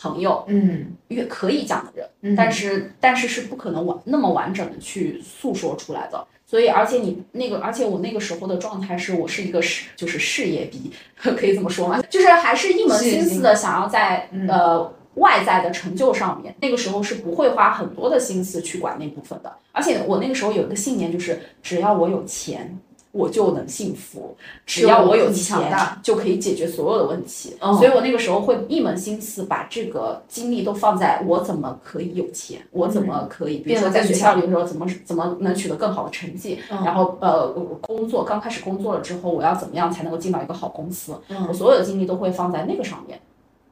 [SPEAKER 5] 朋友，
[SPEAKER 4] 嗯
[SPEAKER 5] 越可以讲的人，
[SPEAKER 4] 嗯
[SPEAKER 5] 但是但是是不可能完那么完整的去诉说出来的。所以，而且你那个，而且我那个时候的状态是我是一个事，就是事业逼，可以这么说吗？就是还是一门
[SPEAKER 4] 事业
[SPEAKER 5] 心思的想要在
[SPEAKER 4] 嗯
[SPEAKER 5] 呃外在的成就上面，那个时候是不会花很多的心思去管那部分的。而且我那个时候有一个信念，就是只要我有钱，我就能幸福；只要我有钱
[SPEAKER 4] 强大，
[SPEAKER 5] 就可以解决所有的问题。
[SPEAKER 4] 哦
[SPEAKER 5] 所以我那个时候会一门心思把这个精力都放在我怎么可以有钱，我怎么可以，比如
[SPEAKER 4] 变
[SPEAKER 5] 说
[SPEAKER 4] 得
[SPEAKER 5] 在
[SPEAKER 4] 更
[SPEAKER 5] 学校
[SPEAKER 4] 强
[SPEAKER 5] 里的时候，怎么怎么能取得更好的成绩，
[SPEAKER 4] 嗯
[SPEAKER 5] 然后呃，我工作刚开始工作了之后，我要怎么样才能够进到一个好公司？我
[SPEAKER 4] 嗯
[SPEAKER 5] 所有的精力都会放在那个上面。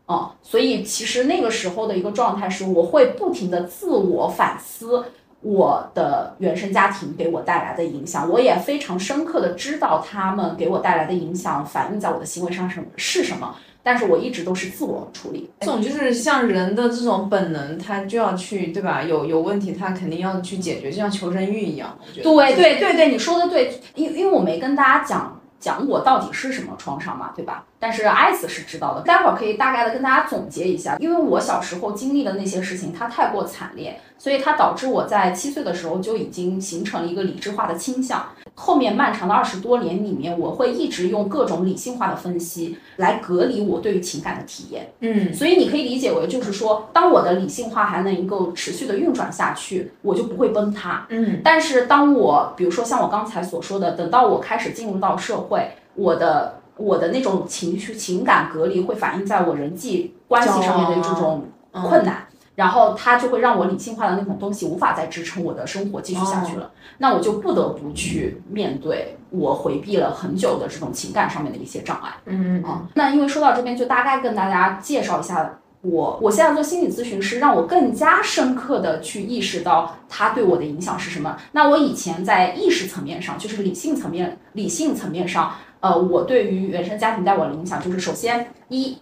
[SPEAKER 5] 嗯，所以其实那个时候的一个状态是，我会不停的自我反思我的原生家庭给我带来的影响，我也非常深刻的知道他们给我带来的影响反映在我的行为上是什么是什么，但是我一直都是自我处理。
[SPEAKER 4] 这种就是像人的这种本能，他就要去对吧？有有问题，他肯定要去解决，就像求生欲一样。我觉得
[SPEAKER 5] 对对对对，你说的对，因因为我没跟大家讲讲我到底是什么创伤嘛，对吧？但是 Ice 是知道的，待会儿可以大概的跟大家总结一下，因为我小时候经历的那些事情，它太过惨烈，所以它导致我在七岁的时候就已经形成了一个理智化的倾向。后面漫长的二十多年里面，我会一直用各种理性化的分析来隔离我对于情感的体验。
[SPEAKER 4] 嗯
[SPEAKER 5] 所以你可以理解为，就是说，当我的理性化还能够持续的运转下去，我就不会崩塌。
[SPEAKER 4] 嗯
[SPEAKER 5] 但是当我，比如说像我刚才所说的，等到我开始进入到社会，我的我的那种情绪情感隔离会反映在我人际关系上面的这种
[SPEAKER 4] 嗯
[SPEAKER 5] 困难，然后它就会让我理性化的那种东西无法再支撑我的生活继续下去了。那我就不得不去面对我回避了很久的这种情感上面的一些障碍。
[SPEAKER 4] 嗯
[SPEAKER 5] 啊、那因为说到这边，就大概跟大家介绍一下我，我现在做心理咨询师，让我更加深刻的去意识到它对我的影响是什么。那我以前在意识层面上，就是理性层面，理性层面上，呃，我对于原生家庭带我的影响，就是首先一。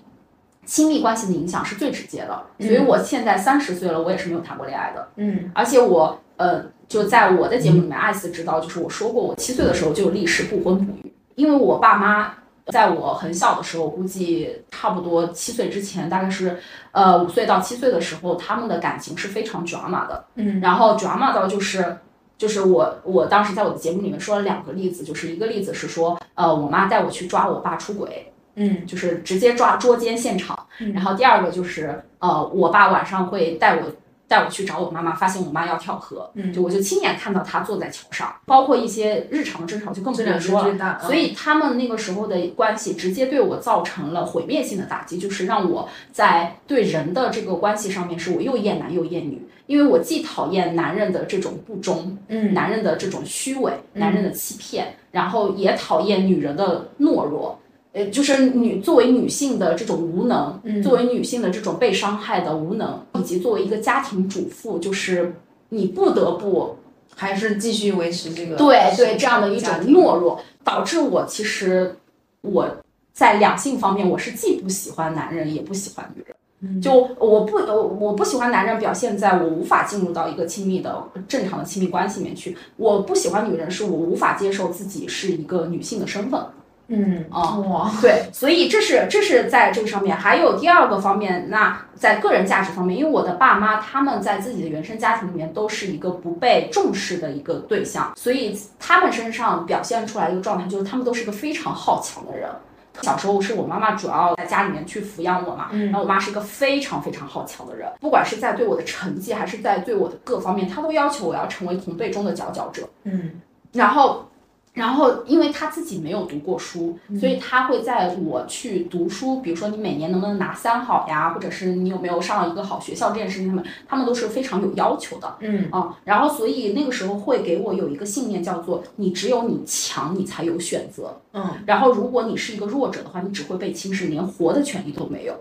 [SPEAKER 5] 亲密关系的影响是最直接的，所以我现在三十岁了，我也是没有谈过恋爱的。
[SPEAKER 4] 嗯
[SPEAKER 5] 而且我呃，就在我的节目里面，艾斯知道，就是我说过，我七岁的时候就立誓不婚不育，因为我爸妈在我很小的时候，估计差不多七岁之前，大概是呃五岁到七岁的时候，他们的感情是非常 drama 的，
[SPEAKER 4] 嗯
[SPEAKER 5] 然后 drama 到就是。就是我，我当时在我的节目里面说了两个例子，就是一个例子是说，呃，我妈带我去抓我爸出轨，
[SPEAKER 4] 嗯
[SPEAKER 5] 就是直接抓捉奸现场，
[SPEAKER 4] 嗯
[SPEAKER 5] 然后第二个就是，呃，我爸晚上会带我带我去找我妈妈，发现我妈要跳河，
[SPEAKER 4] 嗯
[SPEAKER 5] 就我就亲眼看到她坐在桥上，包括一些日常的争吵就更不
[SPEAKER 4] 这两
[SPEAKER 5] 用
[SPEAKER 4] 个
[SPEAKER 5] 说
[SPEAKER 4] 最
[SPEAKER 5] 了。
[SPEAKER 4] 大，
[SPEAKER 5] 所以他们那个时候的关系直接对我造成了毁灭性的打击，就是让我在对人的这个关系上面，是我又厌男又厌女，因为我既讨厌男人的这种不忠，
[SPEAKER 4] 嗯
[SPEAKER 5] 男人的这种虚伪，男人的欺骗，然后也讨厌女人的懦弱。呃，就是女作为女性的这种无能，
[SPEAKER 4] 嗯
[SPEAKER 5] 作为女性的这种被伤害的无能，以及作为一个家庭主妇，就是你不得不
[SPEAKER 4] 还是继续维持这个
[SPEAKER 5] 对
[SPEAKER 4] 生
[SPEAKER 5] 对，这样的一种
[SPEAKER 4] 家庭
[SPEAKER 5] 懦弱，导致我其实我在两性方面，我是既不喜欢男人，也不喜欢女人。就我不呃，我不喜欢男人表现在我无法进入到一个亲密的正常的亲密关系里面去。我不喜欢女人，是我无法接受自己是一个女性的身份
[SPEAKER 4] 嗯
[SPEAKER 5] 啊。
[SPEAKER 4] 哇
[SPEAKER 5] 对，所以这是这是在这个上面，还有第二个方面，那在个人价值方面，因为我的爸妈他们在自己的原生家庭里面都是一个不被重视的一个对象，所以他们身上表现出来的一个状态就是他们都是一个非常好强的人。小时候是我妈妈主要在家里面去抚养我嘛，然后我妈是一个非常非常好强的人，不管是在对我的成绩，还是在对我的各方面，她都要求我要成为同辈中的佼佼者。
[SPEAKER 4] 嗯
[SPEAKER 5] 然后，然后因为他自己没有读过书，所以他会在我去读书，比如说你每年能不能拿三好呀，或者是你有没有上了一个好学校这件事情，他们他们都是非常有要求的。
[SPEAKER 4] 嗯
[SPEAKER 5] 啊，然后所以那个时候会给我有一个信念，叫做你只有你强，你才有选择。
[SPEAKER 4] 嗯
[SPEAKER 5] 然后如果你是一个弱者的话，你只会被轻视，连活的权利都没有。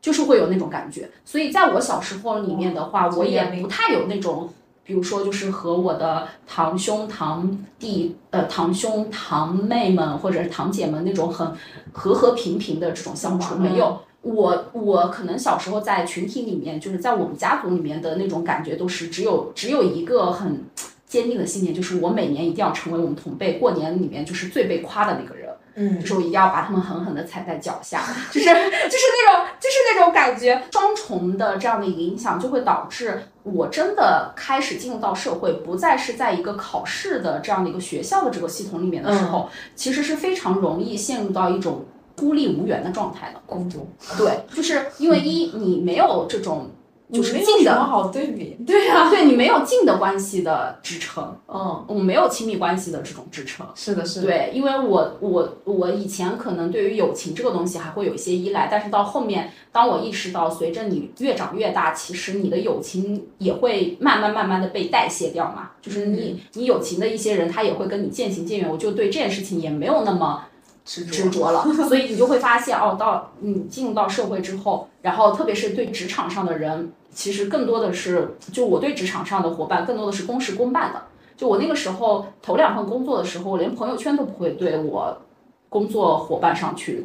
[SPEAKER 5] 就是会有那种感觉，所以在我小时候里面的话，
[SPEAKER 4] 这
[SPEAKER 5] 我也
[SPEAKER 4] 样
[SPEAKER 5] 不太有那种，比如说就是和我的堂兄堂弟、呃堂兄堂妹们或者是堂姐们那种很和和平平的这种相处，没有。我我可能小时候在群体里面，就是在我们家族里面的那种感觉，都是只有只有一个很坚定的信念，就是我每年一定要成为我们同辈过年里面就是最被夸的那个人。
[SPEAKER 4] 嗯
[SPEAKER 5] 就是我一定要把他们狠狠的踩在脚下，就是就是那种就是那种感觉，双重的这样的一个影响，就会导致我真的开始进入到社会，不再是在一个考试的这样的一个学校的这个系统里面的时候，
[SPEAKER 4] 嗯
[SPEAKER 5] 其实是非常容易陷入到一种孤立无援的状态的。
[SPEAKER 4] 公主
[SPEAKER 5] 对，就是因为一你没有这种就是
[SPEAKER 4] 没有
[SPEAKER 5] 近
[SPEAKER 4] 什么
[SPEAKER 5] 的，
[SPEAKER 4] 好对比
[SPEAKER 5] 对啊，对你没有近的关系的支撑，
[SPEAKER 4] 嗯
[SPEAKER 5] 我没有亲密关系的这种支撑。
[SPEAKER 4] 是的是的
[SPEAKER 5] 对，因为我我我以前可能对于友情这个东西还会有一些依赖，但是到后面，当我意识到随着你越长越大，其实你的友情也会慢慢慢慢的被代谢掉嘛，就是
[SPEAKER 4] 嗯
[SPEAKER 5] 你你友情的一些人，他也会跟你渐行渐远，我就对这件事情也没有那么
[SPEAKER 4] 执
[SPEAKER 5] 执着了，所以你就会发现哦，到你进入到社会之后，然后特别是对职场上的人，其实更多的是就我对职场上的伙伴，更多的是公事公办的。就我那个时候头两份工作的时候，我连朋友圈都不会对我工作伙伴上去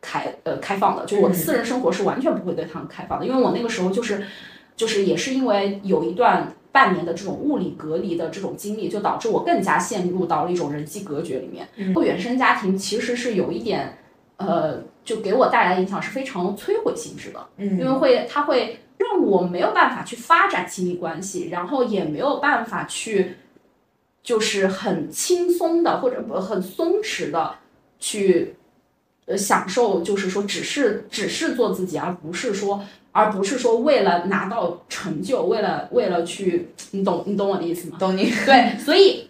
[SPEAKER 5] 开呃开放的，就我的私人生活是完全不会对他们开放的，因为我那个时候就是就是也是因为有一段。半年的这种物理隔离的这种经历，就导致我更加陷入到了一种人际隔绝里面。我原生家庭其实是有一点，呃，就给我带来的影响是非常摧毁性质的，
[SPEAKER 4] 嗯
[SPEAKER 5] 因为会它会让我没有办法去发展亲密关系，然后也没有办法去，就是很轻松的或者不很松弛的去，呃，享受，就是说只是只是做自己，而不是说。而不是说为了拿到成就，为了为了去，你懂你懂我的意思吗？
[SPEAKER 4] 懂你
[SPEAKER 5] 对，所以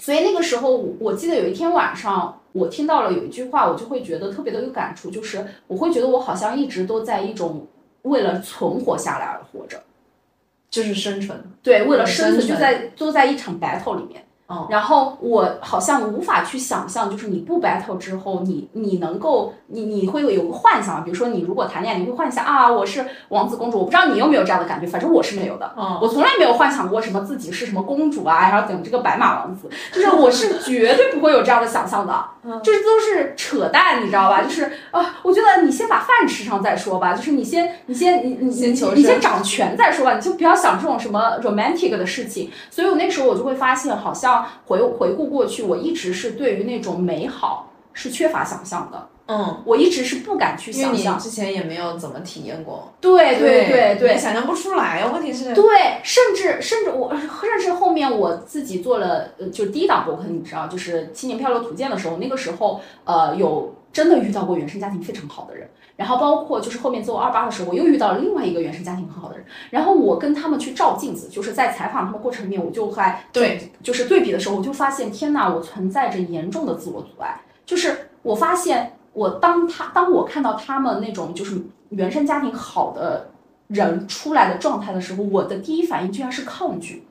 [SPEAKER 5] 所以那个时候，我我记得有一天晚上，我听到了有一句话，我就会觉得特别的有感触，就是我会觉得我好像一直都在一种为了存活下来而活着，
[SPEAKER 4] 就是生存
[SPEAKER 5] 对，为了
[SPEAKER 4] 嗯
[SPEAKER 5] 生存就
[SPEAKER 4] 生存
[SPEAKER 5] 在都在一场 battle 里面。
[SPEAKER 4] 哦
[SPEAKER 5] 然后我好像无法去想象，就是你不 battle 之后，你你能够，你你会有个幻想，比如说你如果谈恋爱，你会幻想啊，我是王子公主，我不知道你有没有这样的感觉，反正我是没有的。
[SPEAKER 4] 哦
[SPEAKER 5] 我从来没有幻想过什么自己是什么公主啊，然后怎么这个白马王子，就是我是绝对不会有这样的想象 的，
[SPEAKER 4] 嗯
[SPEAKER 5] 这都是扯淡，你知道吧？就是啊，我觉得你先把饭吃上再说吧，就是你先你先你你
[SPEAKER 4] 先求
[SPEAKER 5] 你你
[SPEAKER 4] 生
[SPEAKER 5] 先掌权再说吧，你就不要想这种什么 romantic 的事情。所以我那时候我就会发现，好像回回顾过去，我一直是对于那种美好是缺乏想象的，
[SPEAKER 4] 嗯
[SPEAKER 5] 我一直是不敢去
[SPEAKER 4] 因
[SPEAKER 5] 想
[SPEAKER 4] 为你
[SPEAKER 5] 象。
[SPEAKER 4] 之前也没有怎么体验过
[SPEAKER 5] 对对对对
[SPEAKER 4] 你，想象不出来啊问题是
[SPEAKER 5] 对，甚至甚至我甚至后面我自己做了，呃，就是第一档博客，你知道，就是《青年漂流图鉴》的时候，那个时候呃有真的遇到过原生家庭非常好的人，然后包括就是后面做二八的时候，我又遇到了另外一个原生家庭很好的人，然后我跟他们去照镜子，就是在采访他们过程里面，我就还
[SPEAKER 4] 对
[SPEAKER 5] 就是对比的时候，我就发现天呐，我存在着严重的自我阻碍，就是我发现我当他当我看到他们那种就是原生家庭好的人出来的状态的时候，我的第一反应居然是抗拒，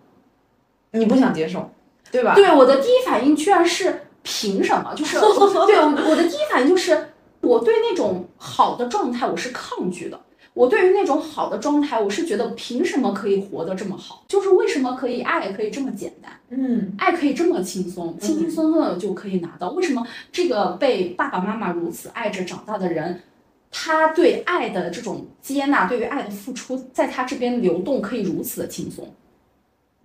[SPEAKER 4] 你不想接受对吧？
[SPEAKER 5] 对，我的第一反应居然是凭什么？就是对我我的第一反应就是我对那种好的状态我是抗拒的。我对于那种好的状态，我是觉得凭什么可以活得这么好？就是为什么可以爱可以这么简单？
[SPEAKER 4] 嗯，
[SPEAKER 5] 爱可以这么轻松，轻轻松松的就可以拿到。为什么这个被爸爸妈妈如此爱着长大的人，他对爱的这种接纳，对于爱的付出，在他这边流动可以如此的轻松？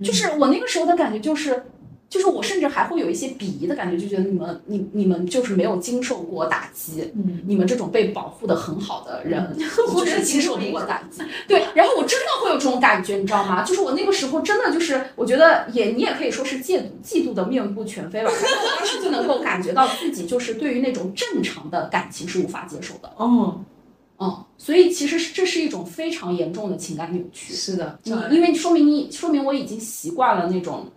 [SPEAKER 5] 就是我那个时候的感觉，就是，就是我甚至还会有一些鄙夷的感觉，就觉得你们，你你们就是没有经受过打击，
[SPEAKER 4] 嗯，
[SPEAKER 5] 你们这种被保护的很好的 人，
[SPEAKER 4] 我
[SPEAKER 5] 就是
[SPEAKER 4] 是
[SPEAKER 5] 经
[SPEAKER 4] 禽
[SPEAKER 5] 受
[SPEAKER 4] 兽
[SPEAKER 5] 不
[SPEAKER 4] 不
[SPEAKER 5] 过
[SPEAKER 4] 过
[SPEAKER 5] 打击。对，然后我真的会有这种感觉，你知道吗？就是我那个时候真的就是，我觉得也你也可以说是嫉妒嫉妒的面目全非吧。但是我当时就能够感觉到自己就是对于那种正常的感情是无法接受的，
[SPEAKER 4] 哦，
[SPEAKER 5] 嗯，所以其实是这是一种非常严重的情感扭曲。
[SPEAKER 8] 是的，
[SPEAKER 5] 你因为说明你说明我已经习惯了那种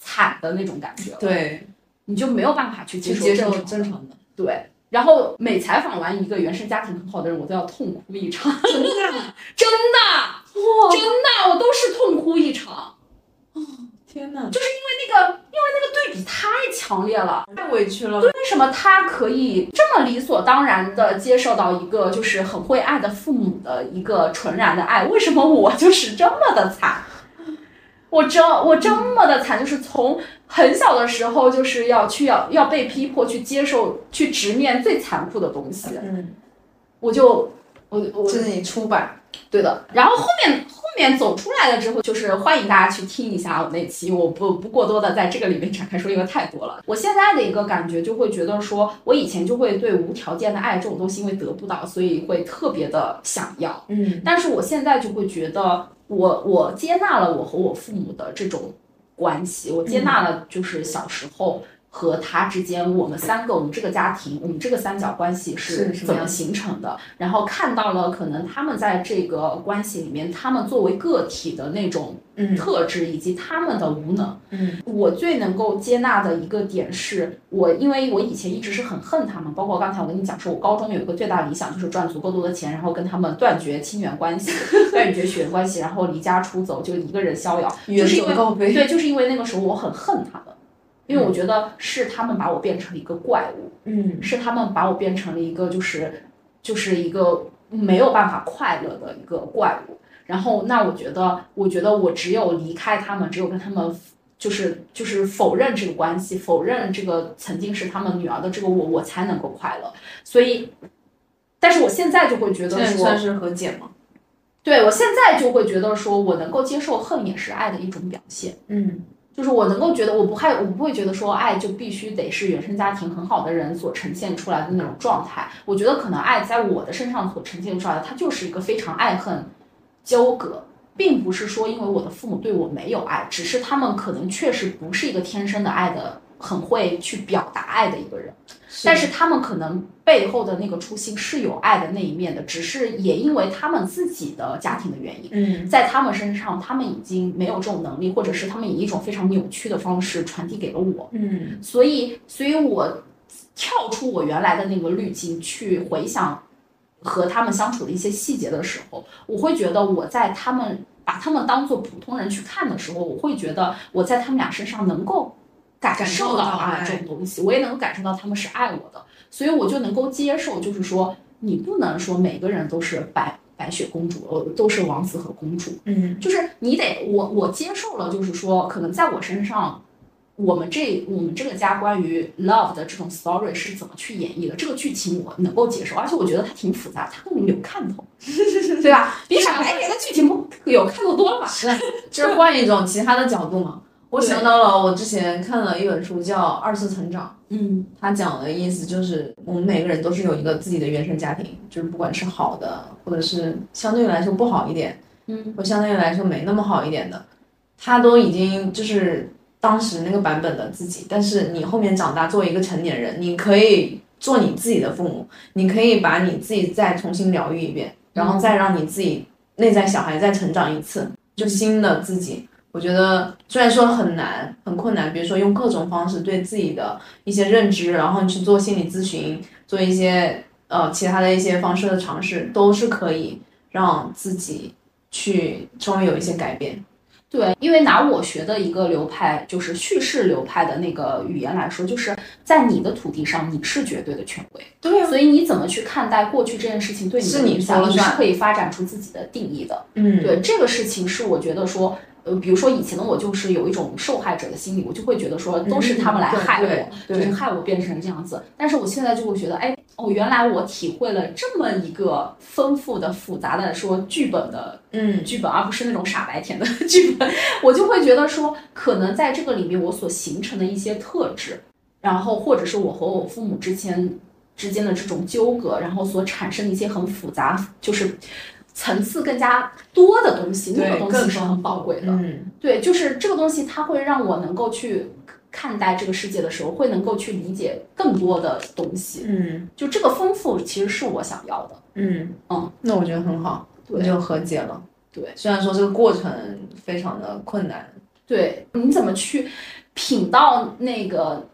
[SPEAKER 5] 惨的那种感觉了，，
[SPEAKER 8] 对，
[SPEAKER 5] 你就没有办法去接
[SPEAKER 4] 就
[SPEAKER 5] 受
[SPEAKER 4] 接受
[SPEAKER 5] 正常
[SPEAKER 4] 正常的，
[SPEAKER 5] 对。然后每采访完一个原生家庭很好的人，我都要痛哭一场， 真的，啊真的，真的，我都是痛哭一场。
[SPEAKER 4] 天哪，
[SPEAKER 5] 那个，因为那个对比太强烈了，
[SPEAKER 4] 太委屈了，
[SPEAKER 5] 为什么他可以这么理所当然的接受到一个就是很会爱的父母的一个纯然的爱？为什么我 就是这么的惨？我这我这么的惨，就是从很小的时候就是要去要要被逼迫去接受去直面最残酷的东西，
[SPEAKER 4] 嗯，
[SPEAKER 5] 我就我我
[SPEAKER 8] 这是你出版，
[SPEAKER 5] 对的。然后后面后面走出来了之后，就是欢迎大家去听一下我那期，我不不过多的在这个里面展开说，因为太多了。我现在的一个感觉就会觉得说，我以前就会对无条件的爱这种东西，因为得不到，所以会特别的想要。
[SPEAKER 4] 嗯，
[SPEAKER 5] 但是我现在就会觉得我，我接纳了我和我父母的这种关系，我接纳了就是小时候和他之间，我们三个，我们这个家庭，我们这个三角关系是
[SPEAKER 4] 是什么
[SPEAKER 5] 怎么
[SPEAKER 4] 样
[SPEAKER 5] 形成的，然后看到了可能他们在这个关系里面，他们作为个体的那种
[SPEAKER 4] 嗯
[SPEAKER 5] 特质以及他们的无能。
[SPEAKER 4] 嗯，
[SPEAKER 5] 我最能够接纳的一个点是，我因为我以前一直是很恨他们，包括刚才我跟你讲说，我高中有一个最大的理想就是赚足够多的钱，然后跟他们断绝亲缘关系，断绝血缘关系，然后离家出走，就一个人逍遥，就
[SPEAKER 4] 远
[SPEAKER 5] 是因
[SPEAKER 4] 走
[SPEAKER 5] 为
[SPEAKER 4] 高飞，
[SPEAKER 5] 对，就是因为那个时候我很恨他们。因为我觉得是他们把我变成一个怪物，
[SPEAKER 4] 嗯
[SPEAKER 5] 是他们把我变成了一个就是就是一个没有办法快乐的一个怪物。然后那我觉得，我觉得我只有离开他们，只有跟他们。就是就是否认这个关系，否认这个曾经是他们女儿的这个我，我才能够快乐。所以，但是我现在就会觉
[SPEAKER 8] 这
[SPEAKER 5] 得
[SPEAKER 8] 也算
[SPEAKER 5] 说，
[SPEAKER 8] 是和解吗？
[SPEAKER 5] 对我现在就会觉得说我能够接受恨也是爱的一种表现。
[SPEAKER 4] 嗯
[SPEAKER 5] 就是我能够觉得，我不害，我不会觉得说爱就必须得是原生家庭很好的人所呈现出来的那种状态。我觉得可能爱在我的身上所呈现出来的，它就是一个非常爱恨纠葛，并不是说因为我的父母对我没有爱，只是他们可能确实不是一个天生的爱的很会去表达爱的一个人，但是他们可能背后的那个初心是有爱的那一面的，只是也因为他们自己的家庭的原因，
[SPEAKER 4] 嗯
[SPEAKER 5] 在他们身上，他们已经没有这种能力，或者是他们以一种非常扭曲的方式传递给了我，
[SPEAKER 4] 嗯
[SPEAKER 5] 所以，所以我跳出我原来的那个滤镜去回想和他们相处的一些细节的时候，我会觉得我在他们把他们当做普通人去看的时候，我会觉得我在他们俩身上能够感受到啊
[SPEAKER 4] 感受到爱
[SPEAKER 5] 这种东西，我也能够感受到他们是爱我的，所以我就能够接受，就是说你不能说每个人都是白白雪公主，呃，都是王子和公主，
[SPEAKER 4] 嗯
[SPEAKER 5] 就是你得我我接受了，就是说可能在我身上，我们这我们这个家关于 love 的这种 story 是怎么去演绎的，这个剧情我能够接受，而且我觉得它挺复杂，它更有看头， 对哎吧？ 比傻白甜的剧情不有看头多了吧？
[SPEAKER 4] 就是换一种其他的角度嘛。我想到了，我之前看了一本书叫《二次成长》，
[SPEAKER 5] 嗯
[SPEAKER 4] 它讲的意思就是，我们每个人都是有一个自己的原生家庭，就是不管是好的，或者是相对来说不好一点，
[SPEAKER 5] 嗯
[SPEAKER 4] 或相对来说没那么好一点的，他都已经就是当时那个版本的自己。但是你后面长大作为一个成年人，你可以做你自己的父母，你可以把你自己再重新疗愈一遍，然后再让你自己内在小孩再成长一次，就新的自己。我觉得虽然说很难很困难，比如说用各种方式对自己的一些认知，然后你去做心理咨询，做一些呃其他的一些方式的尝试，都是可以让自己去稍微有一些改变。
[SPEAKER 5] 对，因为拿我学的一个流派，就是叙事流派的那个语言来说，就是在你的土地上，你是绝对的权威。
[SPEAKER 4] 对啊，
[SPEAKER 5] 所以你怎么去看待过去这件事情对你的
[SPEAKER 4] 是你
[SPEAKER 5] 影响，
[SPEAKER 4] 说了
[SPEAKER 5] 你是
[SPEAKER 4] 算
[SPEAKER 5] 可以发展出自己的定义的。
[SPEAKER 4] 嗯，
[SPEAKER 5] 对这个事情是我觉得说，呃，比如说以前的我就是有一种受害者的心理，我就会觉得说都是他们来
[SPEAKER 4] 嗯对
[SPEAKER 5] 害
[SPEAKER 4] 对
[SPEAKER 5] 我，就是
[SPEAKER 4] 对
[SPEAKER 5] 害我变成这样子。但是我现在就会觉得，哎，哦，原来我体会了这么一个丰富的、复杂的说剧本的
[SPEAKER 4] 嗯，
[SPEAKER 5] 剧本，而不是那种傻白甜的 剧本，我就会觉得说，可能在这个里面我所形成的一些特质，然后或者是我和我父母之前之间的这种纠葛，然后所产生的一些很复杂，就是层次更加多的东西，那
[SPEAKER 4] 对
[SPEAKER 5] 个东西
[SPEAKER 4] 更
[SPEAKER 5] 是
[SPEAKER 4] 丰
[SPEAKER 5] 很宝贵的。
[SPEAKER 4] 嗯，
[SPEAKER 5] 对，就是这个东西，它会让我能够去。看待这个世界的时候，会能够去理解更多的东西，
[SPEAKER 4] 嗯，
[SPEAKER 5] 就这个丰富其实是我想要的。
[SPEAKER 4] 嗯，
[SPEAKER 5] 嗯，
[SPEAKER 4] 那我觉得很好，
[SPEAKER 5] 对
[SPEAKER 4] 那就和解了。
[SPEAKER 5] 对
[SPEAKER 4] 虽然说这个过程非常的困难，
[SPEAKER 5] 对，你怎么去品到那个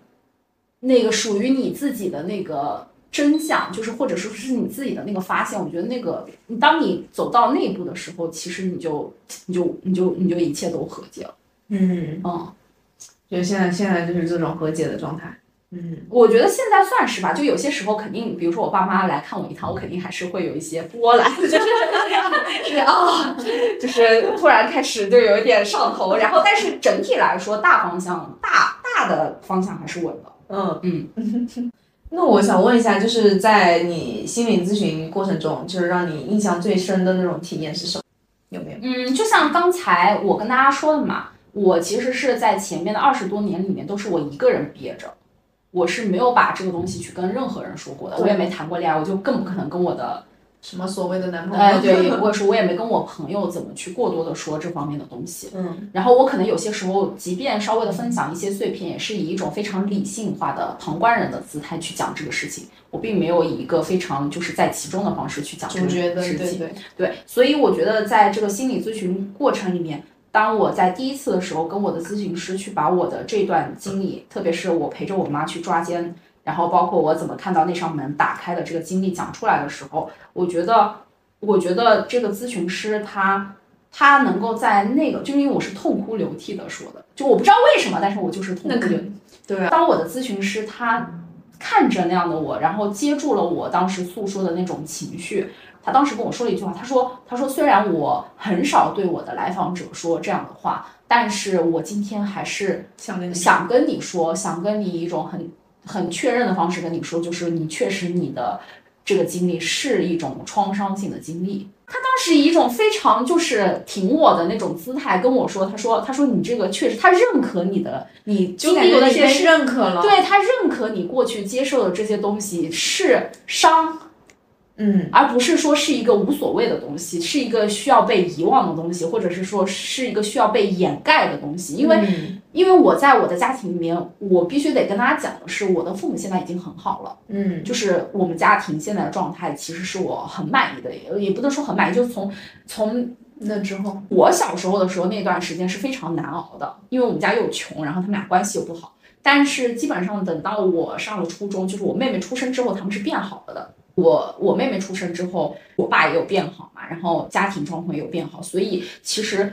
[SPEAKER 5] 那个属于你自己的那个真相，就是或者说是你自己的那个发现？我觉得那个，你当你走到那一步的时候，其实你就你就你就你就一切都和解了。
[SPEAKER 4] 嗯，
[SPEAKER 5] 嗯，
[SPEAKER 4] 就现在现在就是这种和解的状态，嗯，
[SPEAKER 5] 我觉得现在算是吧，就有些时候肯定，比如说我爸妈来看我一趟，我肯定还是会有一些波澜，就是 是啊，就是突然开始就有一点上头，然后但是整体来说，大方向大大的方向还是稳的。
[SPEAKER 4] 嗯
[SPEAKER 5] 嗯
[SPEAKER 4] 嗯。 那我想问一下，就是在你心理咨询过程中，就是让你印象最深的那种体验是什么？有没有？
[SPEAKER 5] 嗯，就像刚才我跟大家说的嘛，我其实是在前面的二十多年里面都是我一个人憋着，我是没有把这个东西去跟任何人说过的，我也没谈过恋爱，我就更不可能跟我的，
[SPEAKER 4] 什么所谓的男朋友？
[SPEAKER 5] 哎，对，或者是我也没跟我朋友怎么去过多的说这方面的东西。
[SPEAKER 4] 嗯
[SPEAKER 5] 然后我可能有些时候，即便稍微的分享一些碎片，也是以一种非常理性化的旁观人的姿态去讲这个事情，我并没有以一个非常就是在其中的方式去讲这
[SPEAKER 4] 主
[SPEAKER 5] 个
[SPEAKER 4] 角的，
[SPEAKER 5] 事
[SPEAKER 4] 对
[SPEAKER 5] 情。
[SPEAKER 4] 对，
[SPEAKER 5] 对，所以我觉得在这个心理咨询过程里面，当我在第一次的时候，跟我的咨询师去把我的这段经历，特别是我陪着我妈去抓奸，然后包括我怎么看到那扇门打开的这个经历讲出来的时候，我觉得，我觉得这个咨询师他。他能够在那个，就因为我是痛哭流涕的说的，就我不知道为什么，但是我就是痛哭流涕。
[SPEAKER 4] 对啊，
[SPEAKER 5] 当我的咨询师他看着那样的我，然后接住了我当时诉说的那种情绪，他当时跟我说了一句话，他说：“他说虽然我很少对我的来访者说这样的话，但是我今天还是
[SPEAKER 4] 想跟你
[SPEAKER 5] 想跟你说，想跟你以一种很很确认的方式跟你说，就是你确实你的这个经历是一种创伤性的经历。”他当时以一种非常就是挺我的那种姿态跟我说，他说：“他说你这个确实，他认可你的，你
[SPEAKER 4] 就
[SPEAKER 5] 经
[SPEAKER 4] 感
[SPEAKER 5] 历
[SPEAKER 4] 觉
[SPEAKER 5] 了
[SPEAKER 4] 你
[SPEAKER 5] 一些事
[SPEAKER 4] 被认可了，，
[SPEAKER 5] 对他认可你过去接受的这些东西是伤，
[SPEAKER 4] 嗯
[SPEAKER 5] 而不是说是一个无所谓的东西，是一个需要被遗忘的东西，或者是说是一个需要被掩盖的东西。因为、
[SPEAKER 4] 嗯
[SPEAKER 5] 因为我在我的家庭里面，我必须得跟大家讲的是，我的父母现在已经很好了，
[SPEAKER 4] 嗯
[SPEAKER 5] 就是我们家庭现在的状态其实是我很满意的，也也不能说很满意，就是从从
[SPEAKER 4] 那之后，
[SPEAKER 5] 我小时候的时候，那段时间是非常难熬的，因为我们家又穷，然后他们俩关系又不好。但是基本上等到我上了初中，就是我妹妹出生之后，他们是变好了的。我我妹妹出生之后，我爸也有变好嘛，然后家庭状况也有变好，所以其实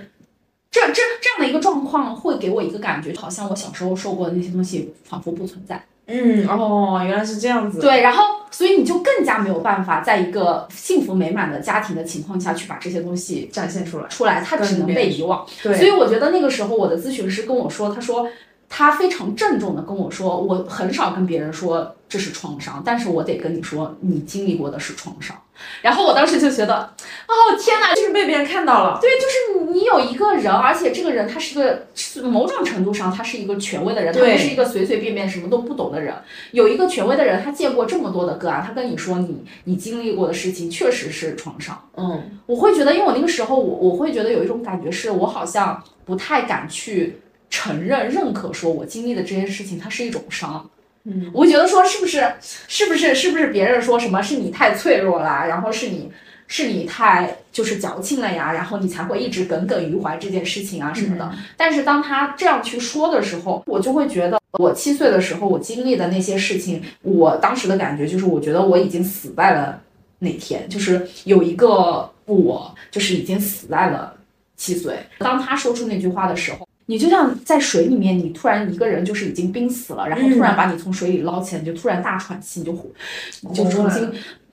[SPEAKER 5] 这这这样的一个状况会给我一个感觉，好像我小时候受过的那些东西仿佛不存在。
[SPEAKER 4] 嗯哦，原来是这样子，
[SPEAKER 5] 对，然后所以你就更加没有办法在一个幸福美满的家庭的情况下去把这些东西
[SPEAKER 4] 展现出来，
[SPEAKER 5] 出来，它只能被遗忘。
[SPEAKER 4] 对
[SPEAKER 5] 所以我觉得那个时候我的咨询师跟我说，他说他非常郑重的跟我说，我很少跟别人说这是创伤，但是我得跟你说，你经历过的是创伤。然后我当时就觉得，哦天哪，
[SPEAKER 4] 就是被别人看到了，
[SPEAKER 5] 对，就是你有一个人，而且这个人他是个是某种程度上他是一个权威的人，他
[SPEAKER 4] 对
[SPEAKER 5] 不是一个随随便便什么都不懂的人。有一个权威的人，他见过这么多的个案，他跟你说你你经历过的事情确实是创伤。
[SPEAKER 4] 嗯
[SPEAKER 5] 我会觉得，因为我那个时候，我我会觉得有一种感觉，是我好像不太敢去承认、认可，说我经历的这件事情，它是一种伤。
[SPEAKER 4] 嗯，
[SPEAKER 5] 我会觉得说，是不是，是不是，是不是别人说什么是你太脆弱啦，然后是你，是你太就是矫情了呀，然后你才会一直耿耿于怀这件事情啊什么的。但是当他这样去说的时候，我就会觉得，我七岁的时候我经历的那些事情，我当时的感觉就是，我觉得我已经死在了那天，就是有一个我，就是已经死在了七岁。当他说出那句话的时候，你就像在水里面，你突然一个人就是已经濒死了，然后突然把你从水里捞起来，你就突然大喘气，你就呼你就重新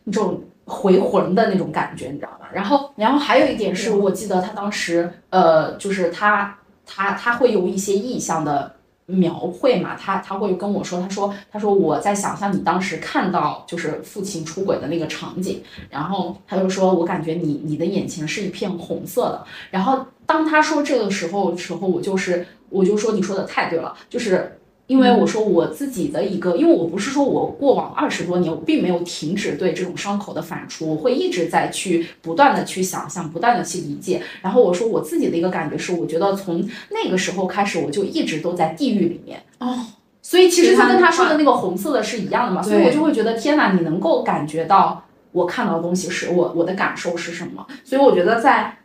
[SPEAKER 5] 那种回魂的那种感觉，你知道吧？然后，然后还有一点是我记得他当时，呃，就是他他他会用一些意象的描绘嘛，他他会跟我说，他说他说我在想象你当时看到就是父亲出轨的那个场景，然后他就说我感觉你你的眼前是一片红色的，然后当他说这个时候时候，我就是我就说你说的太对了，就是因为我说我自己的一个，因为我不是说我过往二十多年我并没有停止对这种伤口的反刍，我会一直在去不断的去想象，不断的去理解。然后我说我自己的一个感觉是，我觉得从那个时候开始，我就一直都在地狱里面
[SPEAKER 4] 哦。
[SPEAKER 5] 所以其实就跟他说
[SPEAKER 4] 其他
[SPEAKER 5] 的那个红色的是一样的嘛，
[SPEAKER 4] 对
[SPEAKER 5] 所以我就会觉得天哪，你能够感觉到我看到的东西是我我的感受是什么，所以我觉得在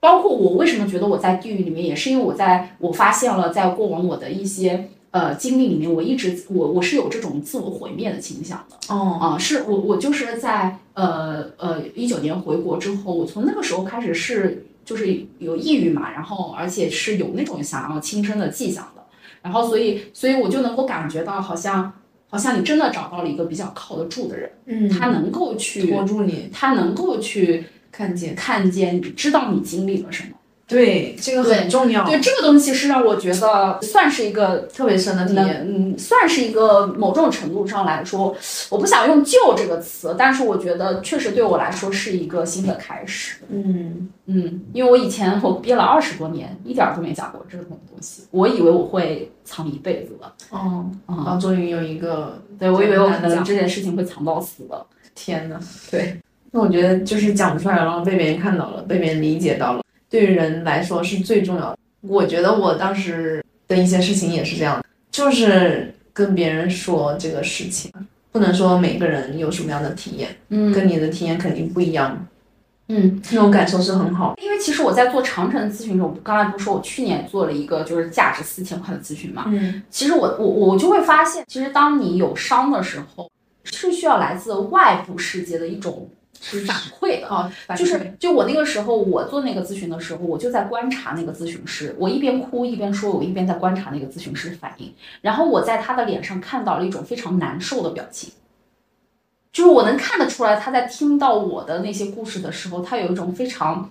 [SPEAKER 5] 包括我为什么觉得我在地狱里面，也是因为我在我发现了在过往我的一些呃经历里面，我一直我我是有这种自我毁灭的倾向的
[SPEAKER 4] 哦，
[SPEAKER 5] 啊、是我我就是在呃呃一九年回国之后，我从那个时候开始是就是有抑郁嘛，然后而且是有那种想要轻生的迹象的，然后所以所以我就能够感觉到好像好像你真的找到了一个比较靠得住的人，
[SPEAKER 4] 嗯
[SPEAKER 5] 他能够去
[SPEAKER 4] 拖住你
[SPEAKER 5] 他能够去
[SPEAKER 4] 看见，
[SPEAKER 5] 看见，知道你经历了什么。
[SPEAKER 4] 对，这个很重要，
[SPEAKER 5] 对，这个东西是让我觉得算是一个
[SPEAKER 4] 特别深的体
[SPEAKER 5] 能，
[SPEAKER 4] 验。
[SPEAKER 5] 嗯，算是一个某种程度上来说，我不想用“旧”这个词，但是我觉得确实对我来说是一个新的开始。
[SPEAKER 4] 嗯，
[SPEAKER 5] 嗯，因为我以前我憋了二十多年，一点儿都没讲过这种东西，我以为我会藏一辈子的。
[SPEAKER 4] 哦，
[SPEAKER 5] 嗯，
[SPEAKER 4] 然后终于有一个，
[SPEAKER 5] 对，我以为我可
[SPEAKER 4] 很难
[SPEAKER 5] 能
[SPEAKER 4] 讲
[SPEAKER 5] 这件事情会藏到死的。
[SPEAKER 4] 天呐，对，那我觉得就是讲不出来，然后被别人看到了，被别人理解到了，对于人来说是最重要的。我觉得我当时的一些事情也是这样的，就是跟别人说这个事情，不能说每个人有什么样的体验，
[SPEAKER 5] 嗯
[SPEAKER 4] 跟你的体验肯定不一样，
[SPEAKER 5] 嗯，
[SPEAKER 4] 那种感受是很好。
[SPEAKER 5] 因为其实我在做长程咨询中，我刚才不是说我去年做了一个就是价值四千块的咨询嘛，
[SPEAKER 4] 嗯，
[SPEAKER 5] 其实我我我就会发现，其实当你有伤的时候，是需要来自外部世界的一种反馈的。
[SPEAKER 4] 哦，
[SPEAKER 5] 就是就我那个时候，我做那个咨询的时候，我就在观察那个咨询师，我一边哭一边说，我一边在观察那个咨询师的反应。然后我在他的脸上看到了一种非常难受的表情，就是我能看得出来，他在听到我的那些故事的时候，他有一种非常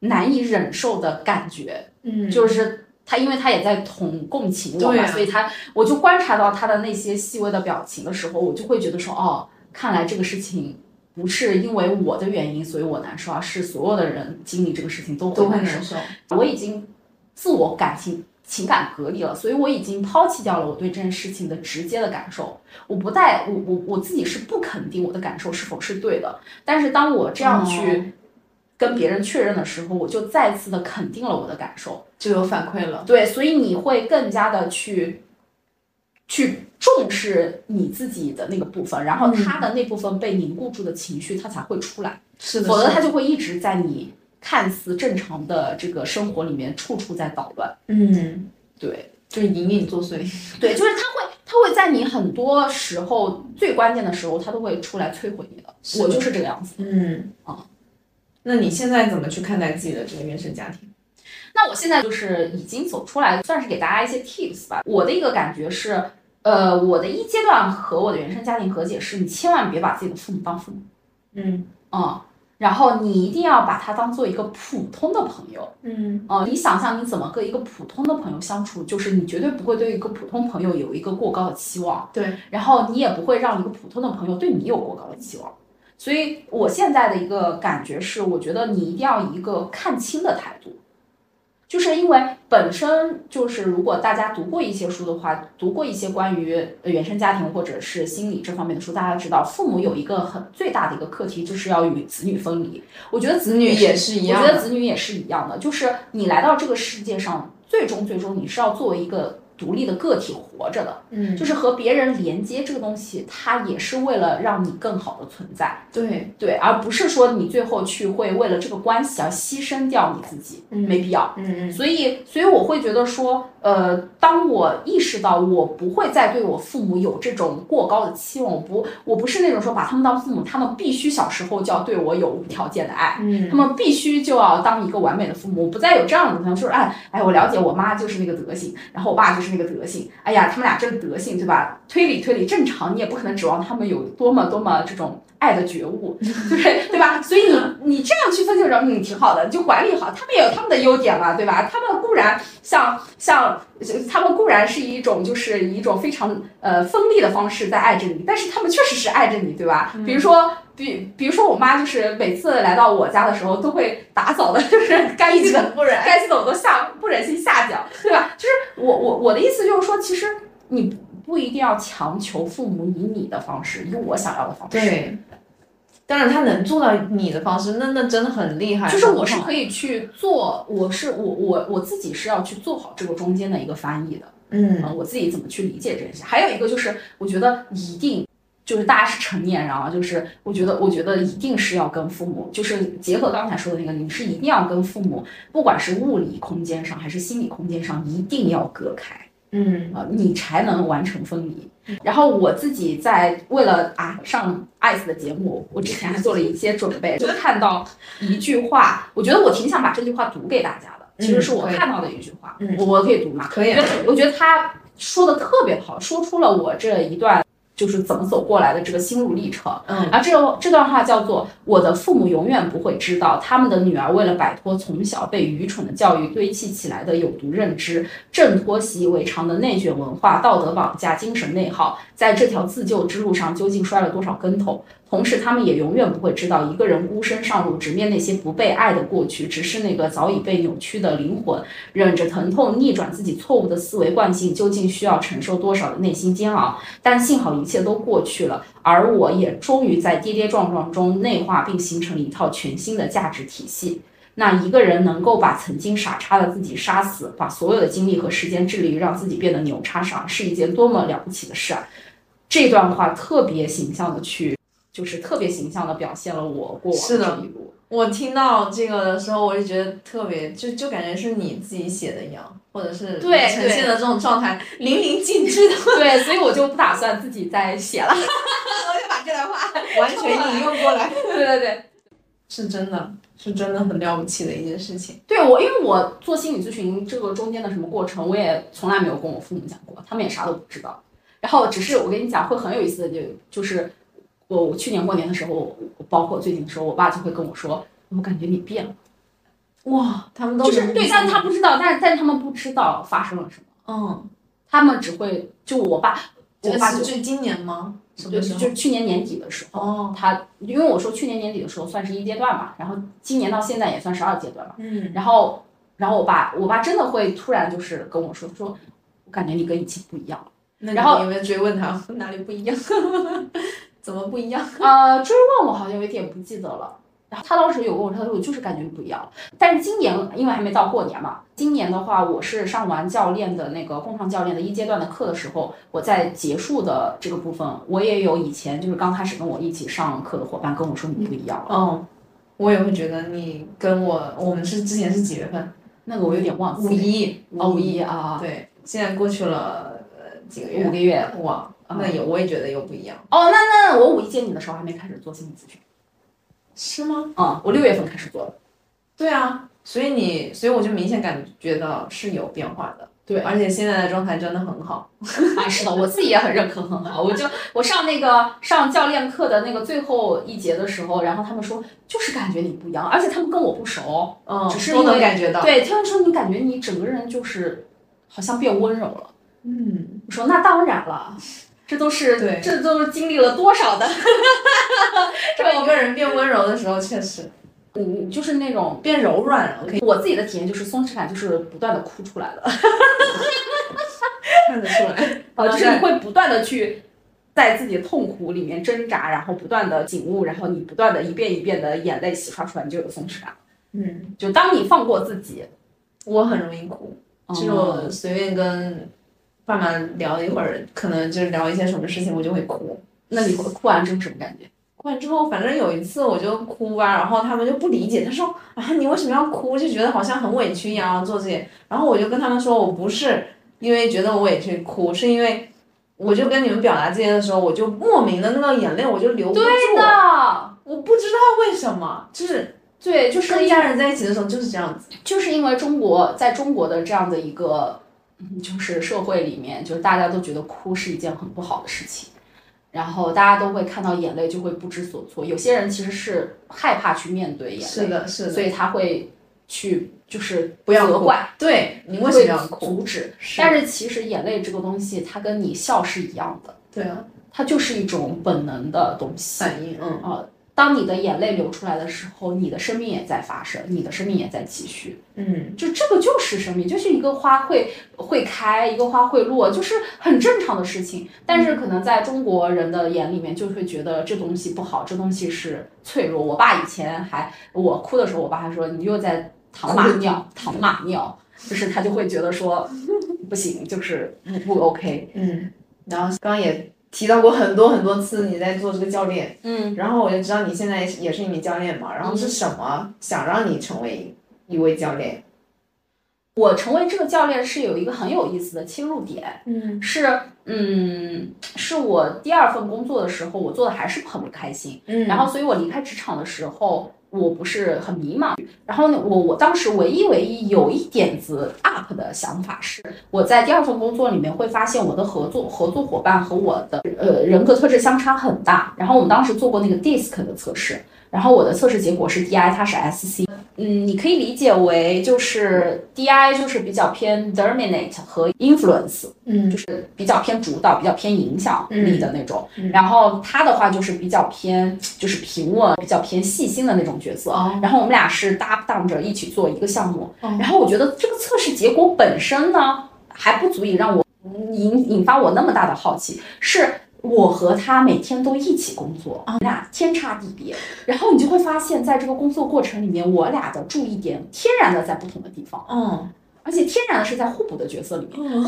[SPEAKER 5] 难以忍受的感觉。
[SPEAKER 4] 嗯
[SPEAKER 5] 就是他，因为他也在同共情我嘛，
[SPEAKER 4] 对啊
[SPEAKER 5] 所以他我就观察到他的那些细微的表情的时候，我就会觉得说，哦，看来这个事情不是因为我的原因，所以我难受啊，是所有的人经历这个事情都
[SPEAKER 4] 都
[SPEAKER 5] 会
[SPEAKER 4] 会
[SPEAKER 5] 难
[SPEAKER 4] 难
[SPEAKER 5] 受。
[SPEAKER 4] 受。
[SPEAKER 5] 我已经自我感情情感隔离了，所以我已经抛弃掉了我对这件事情的直接的感受。我不带我我我自己是不肯定我的感受是否是对的，但是当我这样
[SPEAKER 4] 哦
[SPEAKER 5] 去跟别人确认的时候，我就再次的肯定了我的感受。
[SPEAKER 4] 就有反馈了，
[SPEAKER 5] 对，所以你会更加的去去重视你自己的那个部分，然后
[SPEAKER 4] 嗯
[SPEAKER 5] 他的那部分被凝固住的情绪，他才会出来，
[SPEAKER 4] 是
[SPEAKER 5] 否则
[SPEAKER 4] 是
[SPEAKER 5] 他就会一直在你看似正常的这个生活里面处处在捣乱。
[SPEAKER 4] 嗯，
[SPEAKER 5] 对，
[SPEAKER 4] 就隐隐作祟。
[SPEAKER 5] 对，就是他会。他会在你很多时候最关键的时候，他都会出来摧毁你的。
[SPEAKER 4] 是
[SPEAKER 5] 我
[SPEAKER 4] 的
[SPEAKER 5] 就是这个样子。
[SPEAKER 4] 嗯
[SPEAKER 5] 哦，
[SPEAKER 4] 那你现在怎么去看待自己的这个原生家庭？
[SPEAKER 5] 那我现在就是已经走出来，算是给大家一些 tips 吧。我的一个感觉是，呃，我的一阶段和我的原生家庭和解是，你千万别把自己的父母当父母，
[SPEAKER 4] 嗯
[SPEAKER 5] 嗯，然后你一定要把他当做一个普通的朋友，
[SPEAKER 4] 嗯，
[SPEAKER 5] 嗯，你想象你怎么跟一个普通的朋友相处，就是你绝对不会对一个普通朋友有一个过高的期望，
[SPEAKER 4] 对，
[SPEAKER 5] 然后你也不会让一个普通的朋友对你有过高的期望。所以我现在的一个感觉是，我觉得你一定要以一个看清的态度，就是因为本身就是如果大家读过一些书的话，读过一些关于呃原生家庭或者是心理这方面的书，大家知道父母有一个很最大的一个课题就是要与子女分离。我觉得子
[SPEAKER 4] 女也
[SPEAKER 5] 也
[SPEAKER 4] 是一样
[SPEAKER 5] 我觉得
[SPEAKER 4] 的
[SPEAKER 5] 子女也是一样的，就是你来到这个世界上，最终最终你是要作为一个独立的个体活着的，
[SPEAKER 3] 嗯，
[SPEAKER 5] 就是和别人连接这个东西，它也是为了让你更好的存在，
[SPEAKER 3] 对，
[SPEAKER 5] 对，而不是说你最后去会为了这个关系而牺牲掉你自己，没必要。
[SPEAKER 3] 嗯
[SPEAKER 5] 所以，所以我会觉得说，呃，当我意识到我不会再对我父母有这种过高的期望，我不，我不是那种说把他们当父母，他们必须小时候就要对我有无条件的爱，
[SPEAKER 3] 嗯
[SPEAKER 5] 他们必须就要当一个完美的父母，我不再有这样的，他们说，哎，哎，我了解我妈就是那个德行，然后我爸就是那个德行，哎呀，他们俩这个德行，对吧？推理推理，正常你也不可能指望他们有多么多么这种爱的觉悟，对对吧？所以你你这样去分析的时候，嗯，挺好的，你就管理好，他们也有他们的优点嘛，对吧？他们固然像像他们固然是以一种就是以一种非常呃锋利的方式在爱着你，但是他们确实是爱着你，对吧？比
[SPEAKER 4] 嗯
[SPEAKER 5] 如说。比比如说，我妈就是每次来到我家的时候，都会打扫的， 就是干净的，
[SPEAKER 3] 不然，
[SPEAKER 5] 该死的我都下不忍心下脚，对吧？就是我我我的意思就是说，其实你不一定要强求父母以你的方式，以我想要的方式。，
[SPEAKER 4] 对，当然他能做到你的方式，那那真的很厉害。
[SPEAKER 5] 就是我是
[SPEAKER 4] 很好
[SPEAKER 5] 可以去做，我是我我我自己是要去做好这个中间的一个翻译的。
[SPEAKER 4] 嗯
[SPEAKER 5] 嗯，我自己怎么去理解这件事。还有一个就是，我觉得一定就是大家是成年人啊，就是我觉得，我觉得一定是要跟父母，就是结合刚才说的那个，你是一定要跟父母，不管是物理空间上还是心理空间上，一定要隔开。
[SPEAKER 4] 嗯
[SPEAKER 5] 呃，你才能完成分离。然后我自己在为了啊上 ICE 的节目，我之前还做了一些准备，就看到一句话，我觉得我挺想把这句话读给大家的，其实是我
[SPEAKER 4] 嗯可以
[SPEAKER 5] 看到的一句话，
[SPEAKER 4] 嗯
[SPEAKER 5] 我我可以读吗？
[SPEAKER 4] 可以啊
[SPEAKER 5] 因为我觉得他说的特别好，说出了我这一段就是怎么走过来的这个心路历程。
[SPEAKER 4] 嗯
[SPEAKER 5] 啊，这这段话叫做“我的父母永远不会知道，他们的女儿为了摆脱从小被愚蠢的教育堆砌起来的有毒认知，挣脱习以为常的内卷文化、道德绑架、精神内耗，在这条自救之路上究竟摔了多少跟头。同时，他们也永远不会知道，一个人孤身上路，直面那些不被爱的过去，只是那个早已被扭曲的灵魂，忍着疼痛逆转自己错误的思维惯性，究竟需要承受多少的内心煎熬？但幸好一切都过去了，而我也终于在跌跌撞撞中内化并形成了一套全新的价值体系。那一个人能够把曾经傻叉的自己杀死，把所有的精力和时间致力于让自己变得牛叉上，是一件多么了不起的事啊！这段话特别形象的去，就是特别形象的表现了我过往
[SPEAKER 4] 是的
[SPEAKER 5] 这一路。
[SPEAKER 4] 我听到这个的时候，我就觉得特别，就就感觉是你自己写的一样，或者是
[SPEAKER 5] 对
[SPEAKER 4] 你呈现的这种状态淋漓尽致的，
[SPEAKER 5] 对，所以我就不打算自己再写了。
[SPEAKER 4] 我就把这段话完全引用过来，
[SPEAKER 5] 对对对，
[SPEAKER 4] 是真的，是真的很了不起的一件事情。
[SPEAKER 5] 对我，因为我做心理咨询这个中间的什么过程，我也从来没有跟我父母讲过，他们也啥都不知道。然后只是我跟你讲，会很有意思的就就是我我去年过年的时候，我我包括最近的时候，我爸就会跟我说，我感觉你变了，
[SPEAKER 4] 哇，他们都
[SPEAKER 5] 就是
[SPEAKER 4] 能
[SPEAKER 5] 对，但是他不知道，但是但是他们不知道发生了什么，
[SPEAKER 4] 嗯，
[SPEAKER 5] 他们只会就我爸，
[SPEAKER 4] 这
[SPEAKER 5] 我
[SPEAKER 4] 个
[SPEAKER 5] 爸
[SPEAKER 4] 是
[SPEAKER 5] 就
[SPEAKER 4] 就今年吗？什
[SPEAKER 5] 对，
[SPEAKER 4] 么时候？
[SPEAKER 5] 就是去年年底的时候，
[SPEAKER 4] 哦，
[SPEAKER 5] 他因为我说去年年底的时候算是一阶段嘛，然后今年到现在也算是二阶段嘛。
[SPEAKER 4] 嗯，
[SPEAKER 5] 然后，然后我爸，我爸真的会突然就是跟我说，说我感觉你跟以前不一样了。
[SPEAKER 4] 那
[SPEAKER 5] 然后
[SPEAKER 4] 你有没有追问他哪里不一样？ 怎么不一样？
[SPEAKER 5] 呃，追问我好像有点不记得了。然后他当时有跟我说，他说我就是感觉不一样了。但是今年因为还没到过年嘛，今年的话，我是上完教练的那个共创教练的一阶段的课的时候，我在结束的这个部分，我也有以前就是刚开始跟我一起上课的伙伴跟我说你不一样了，
[SPEAKER 4] 哦，我也会觉得你跟我，我们是之前是几月份？
[SPEAKER 5] 那个我有点忘
[SPEAKER 4] 五
[SPEAKER 5] 记。
[SPEAKER 4] 一，
[SPEAKER 5] 哦，五一啊，
[SPEAKER 4] 对，现在过去了呃几个
[SPEAKER 5] 五
[SPEAKER 4] 月，
[SPEAKER 5] 个月。
[SPEAKER 4] 哇，
[SPEAKER 5] 啊
[SPEAKER 4] 那有我也觉得有不一样，
[SPEAKER 5] 哦，那那我五一见你的时候还没开始做心理咨询。
[SPEAKER 4] 是吗？
[SPEAKER 5] 嗯，我六月份开始做的。
[SPEAKER 4] 对啊，所以你，所以我就明显感觉到是有变化的，
[SPEAKER 5] 对
[SPEAKER 4] 而且现在的状态真的很好，
[SPEAKER 5] 哎，是的，我自己也很认可，很好。我就我上那个上教练课的那个最后一节的时候，然后他们说就是感觉你不一样，而且他们跟我不熟，
[SPEAKER 4] 嗯，
[SPEAKER 5] 只是
[SPEAKER 4] 都
[SPEAKER 5] 因
[SPEAKER 4] 能
[SPEAKER 5] 为
[SPEAKER 4] 感觉到，
[SPEAKER 5] 对他们说你感觉你整个人就是好像变温柔了。
[SPEAKER 4] 嗯，
[SPEAKER 5] 我说那当然了，这都是
[SPEAKER 4] 对
[SPEAKER 5] 这都是经历了多少的，
[SPEAKER 4] 当一个人变温柔的时候，确实
[SPEAKER 5] 嗯，就是那种
[SPEAKER 4] 变柔软了，可以
[SPEAKER 5] 我自己的体验就是松弛感就是不断的哭出来的。
[SPEAKER 4] 看得出来，
[SPEAKER 5] 呃，就是你
[SPEAKER 4] 对
[SPEAKER 5] 会不断的去在自己的痛苦里面挣扎，然后不断的醒悟，然后你不断的一遍一遍的眼泪洗刷出来，你就有松弛感。
[SPEAKER 4] 嗯，
[SPEAKER 5] 就当你放过自己，哦
[SPEAKER 4] 我很容易哭，
[SPEAKER 5] 就
[SPEAKER 4] 就是我随便跟爸妈聊一会儿，可能就是聊一些什么事情，我就会哭。
[SPEAKER 5] 那你哭哭完之后什么感觉？
[SPEAKER 4] 哭完之后，反正有一次我就哭吧，然后他们就不理解，他说啊，你为什么要哭？就觉得好像很委屈一样做这些。然后我就跟他们说，我不是因为觉得我委屈哭，是因为我就跟你们表达这些的时候，我就莫名的那个眼泪我就流不住，
[SPEAKER 5] 的，
[SPEAKER 4] 我不知道为什么，就是
[SPEAKER 5] 对，就是
[SPEAKER 4] 跟
[SPEAKER 5] 因
[SPEAKER 4] 家人在一起的时候就是这样子。
[SPEAKER 5] 就是因为中国在中国的这样的一个，嗯就是社会里面，就是大家都觉得哭是一件很不好的事情，然后大家都会看到眼泪就会不知所措。有些人其实是害怕去面对眼泪，
[SPEAKER 4] 是的，是
[SPEAKER 5] 所
[SPEAKER 4] 的，
[SPEAKER 5] 以他会去就是
[SPEAKER 4] 不要哭
[SPEAKER 5] 责怪，
[SPEAKER 4] 对你为什么
[SPEAKER 5] 会
[SPEAKER 4] 要哭？
[SPEAKER 5] 阻止。
[SPEAKER 4] 是
[SPEAKER 5] 但是其实眼泪这个东西，它跟你笑是一样的，
[SPEAKER 4] 对啊，
[SPEAKER 5] 它就是一种本能的东西。
[SPEAKER 4] 反应，嗯，
[SPEAKER 5] 呃，当你的眼泪流出来的时候，你的生命也在发生，你的生命也在继续。
[SPEAKER 4] 嗯，
[SPEAKER 5] 就这个就是生命，就是一个花会会开，一个花会落，就是很正常的事情。但是可能在中国人的眼里面，就会觉得这东西不好，这东西是脆弱。我爸以前还我哭的时候，我爸还说你又在淌马尿，淌马尿，就是他就会觉得说嗯不行，就是不不 OK。
[SPEAKER 4] 嗯，然后刚刚也提到过很多很多次你在做这个教练，
[SPEAKER 5] 嗯，
[SPEAKER 4] 然后我就知道你现在也是一名教练嘛，然后是什么想让你成为一位教练？
[SPEAKER 5] 我成为这个教练是有一个很有意思的切入点。
[SPEAKER 4] 嗯
[SPEAKER 5] 是，嗯，是我第二份工作的时候，我做的还是很不开心。
[SPEAKER 4] 嗯
[SPEAKER 5] 然后，所以我离开职场的时候，我不是很迷茫。然后呢，我我当时唯一唯一有一点子 up 的想法是，我在第二份工作里面会发现我的合作合作伙伴和我的呃人格特质相差很大。然后我们当时做过那个 DISC 的测试，然后我的测试结果是 DI，它是 SC。嗯，你可以理解为就是 DI 就是比较偏 dominate 和 influence，
[SPEAKER 4] 嗯
[SPEAKER 5] 就是比较偏主导、比较偏影响力的那种。
[SPEAKER 4] 嗯嗯
[SPEAKER 5] 然后他的话就是比较偏就是平稳、比较偏细心的那种角色。
[SPEAKER 4] 哦
[SPEAKER 5] 然后我们俩是搭档着一起做一个项目。
[SPEAKER 4] 哦
[SPEAKER 5] 然后我觉得这个测试结果本身呢，还不足以让我引引发我那么大的好奇，是。我和他每天都一起工作，
[SPEAKER 4] 哦
[SPEAKER 5] 我们俩天差地别。然后你就会发现，在这个工作过程里面，我俩的注意点天然的在不同的地方，
[SPEAKER 4] 嗯，
[SPEAKER 5] 而且天然的是在互补的角色里面。嗯，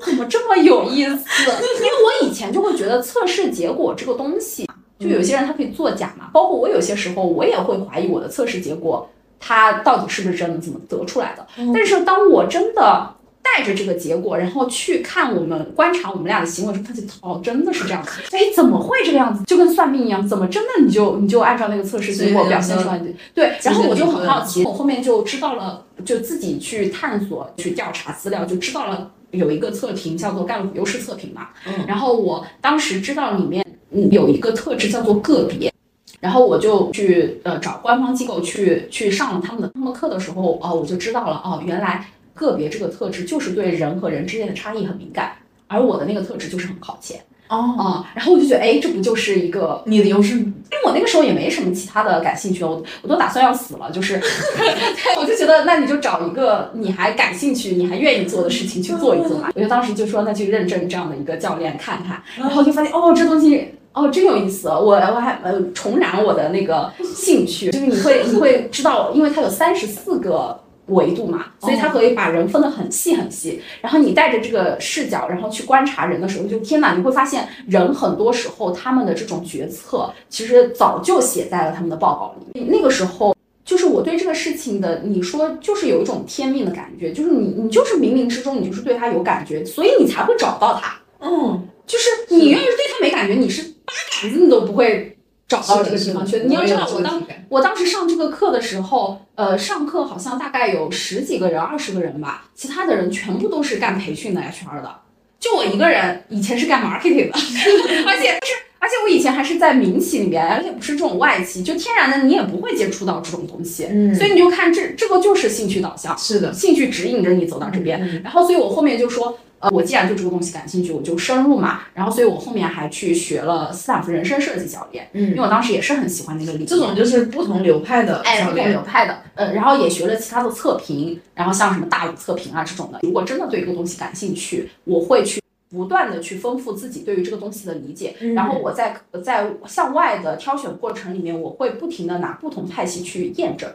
[SPEAKER 5] 怎么这么有意思？ 因为我以前就会觉得测试结果这个东西，啊就有些人他可以作假嘛，包括我有些时候我也会怀疑我的测试结果它到底是不是真的，怎么得出来的。但是当我真的带着这个结果，然后去看我们观察我们俩的行为时候，发现哦，真的是这样子。哎，怎么会这个样子？就跟算命一样，怎么真的你就你就按照那个测试结果表现出来？你就对，然后我就很好奇，我后面就知道了，就自己去探索、去调查资料，就知道了有一个测评叫做盖洛普优势测评嘛。
[SPEAKER 4] 嗯
[SPEAKER 5] 然后我当时知道里面嗯有一个特质叫做个别。然后我就去呃找官方机构去去上了他们的他们的课的时候，哦，我就知道了，哦，原来个别这个特质就是对人和人之间的差异很敏感，而我的那个特质就是很靠前
[SPEAKER 4] 哦，
[SPEAKER 5] 啊、然后我就觉得，哎，这不就是一个
[SPEAKER 4] 你的优势，
[SPEAKER 5] 因为我那个时候也没什么其他的感兴趣，我我都打算要死了，就是， 对我就觉得那你就找一个你还感兴趣、你还愿意做的事情去做一做嘛。我就当时就说那去认证这样的一个教练看看，然后就发现哦，这东西。哦，真有意思！我我还呃重燃我的那个兴趣，就是你会你会知道，因为它有三十四个维度嘛，所以它可以把人分得很细很细。然后你带着这个视角，然后去观察人的时候，就天哪，你会发现人很多时候他们的这种决策，其实早就写在了他们的报告里。那个时候。就是我对这个事情的，你说就是有一种天命的感觉，就是你你就是冥冥之中你就是对他有感觉，所以你才会找到他。
[SPEAKER 4] 嗯，
[SPEAKER 5] 就是你愿意对他没感觉，你是八杆子你都不会找到这个地方去。你要知道，我当我当时上这个课的时候，呃，上课好像大概有十几个人、二十个人吧，其他的人全部都是干培训的 HR 的，就我一个人以前是干 marketing 的， 而且是。而且我以前还是在民企里面，而且不是这种外企，就天然的你也不会接触到这种东西，
[SPEAKER 4] 嗯
[SPEAKER 5] 所以你就看这这个就是兴趣导向，
[SPEAKER 4] 是的，
[SPEAKER 5] 兴趣指引着你走到这边。
[SPEAKER 4] 嗯
[SPEAKER 5] 然后，所以我后面就说，呃，我既然对这个东西感兴趣，我就深入嘛。然后，所以我后面还去学了斯坦福人生设计教练，因为
[SPEAKER 4] 嗯，
[SPEAKER 5] 我当时也是很喜欢那个理念。
[SPEAKER 4] 这种就是不同流派的
[SPEAKER 5] 哎，
[SPEAKER 4] 教
[SPEAKER 5] 不同
[SPEAKER 4] 练，
[SPEAKER 5] 流派的，呃，然后也学了其他的测评，然后像什么大五测评啊这种的。如果真的对一个东西感兴趣，我会去不断的去丰富自己对于这个东西的理解。
[SPEAKER 4] 嗯
[SPEAKER 5] 然后我在在向外的挑选过程里面，我会不停的拿不同派系去验证。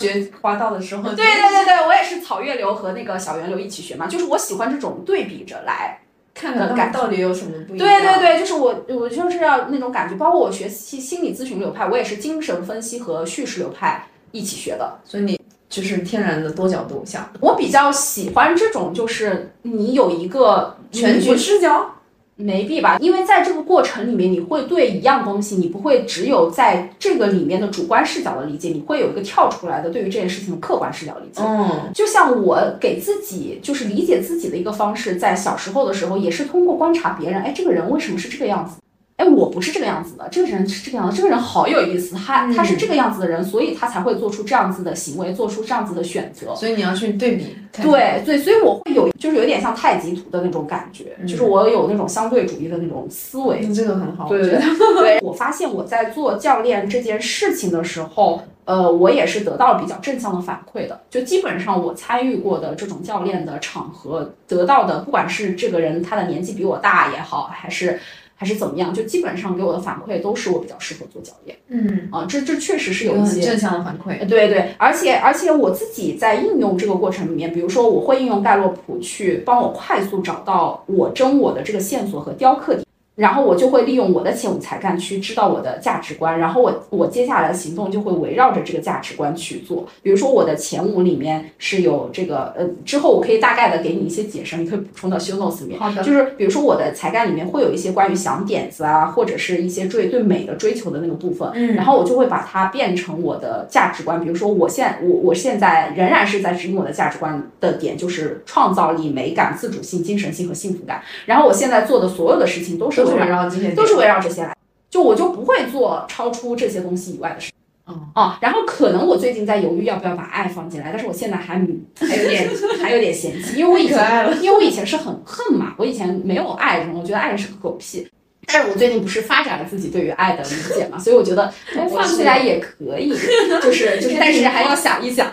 [SPEAKER 9] 学花道的时候，
[SPEAKER 5] 对对对对，我也是草月流和那个小圆流一起学嘛，就是我喜欢这种对比着来。
[SPEAKER 9] 看看他们到底有什么不一样。
[SPEAKER 5] 对对对，就是我我就是要那种感觉，包括我学心心理咨询流派，我也是精神分析和叙事流派一起学的。
[SPEAKER 9] 所以你就是天然的多角度想，
[SPEAKER 5] 我比较喜欢这种，就是你有一个
[SPEAKER 9] 嗯
[SPEAKER 5] 全局
[SPEAKER 9] 视角。
[SPEAKER 5] 没必吧，因为在这个过程里面，你会对一样东西，你不会只有在这个里面的主观视角的理解，你会有一个跳出来的对于这件事情的客观视角理解。
[SPEAKER 9] 嗯，
[SPEAKER 5] 就像我给自己就是理解自己的一个方式，在小时候的时候也是通过观察别人，哎，这个人为什么是这个样子？哎，我不是这个样子的，这个人是这个样子，这个人好有意思，他他是这个样子的人，所以他才会做出这样子的行为，做出这样子的选择。
[SPEAKER 9] 所以你要去对比。看，
[SPEAKER 5] 对对，所以我会有就是有点像太极图的那种感觉，就是我有那种相对主义的那种思
[SPEAKER 4] 嗯
[SPEAKER 5] 维，
[SPEAKER 9] 那这个很好。
[SPEAKER 5] 对对对， 对我发现我在做教练这件事情的时候，呃，我也是得到了比较正向的反馈的。就基本上我参与过的这种教练的场合，得到的不管是这个人他的年纪比我大也好，还是还是怎么样，就基本上给我的反馈都是我比较适合做教练
[SPEAKER 9] 嗯，
[SPEAKER 5] 啊、这嗯这确实是有
[SPEAKER 9] 有
[SPEAKER 5] 一
[SPEAKER 9] 很
[SPEAKER 5] 些
[SPEAKER 9] 正向的反馈。
[SPEAKER 5] 对对，而且而且我自己在应用这个过程里面，比如说我会应用盖洛普去帮我快速找到我真我的这个线索和雕刻点，然后我就会利用我的潜武才干去知道我的价值观，然后我我接下来的行动就会围绕着这个价值观去做。比如说我的前五里面是有这个呃，之后我可以大概的给你一些解释，你可以补充到 show notes 里面。
[SPEAKER 9] 好的，
[SPEAKER 5] 就是比如说我的才干里面会有一些关于想点子啊，或者是一些追对美的追求的那个部分，
[SPEAKER 9] 嗯
[SPEAKER 5] 然后我就会把它变成我的价值观。比如说我现我我现在仍然是在执行我的价值观的点，就是创造力、美感、自主性、精神性和幸福感。然后我现在做的所有的事情都是
[SPEAKER 9] 都是
[SPEAKER 5] 围绕
[SPEAKER 9] 围绕这些点，
[SPEAKER 5] 都是围绕这些来，就我就不会做超出这些东西以外的事。
[SPEAKER 9] 嗯
[SPEAKER 5] 啊，然后可能我最近在犹豫要不要把爱放进来，但是我现在还还有点还有点嫌弃，因为我以
[SPEAKER 9] 太可爱
[SPEAKER 5] 前因为我以前是很恨嘛，我以前没有爱什么，我觉得爱是个狗屁。但是我最近不是发展了自己对于爱的理解嘛，所以我 觉得哎放进来也可以，就是就是，但是还要想一想。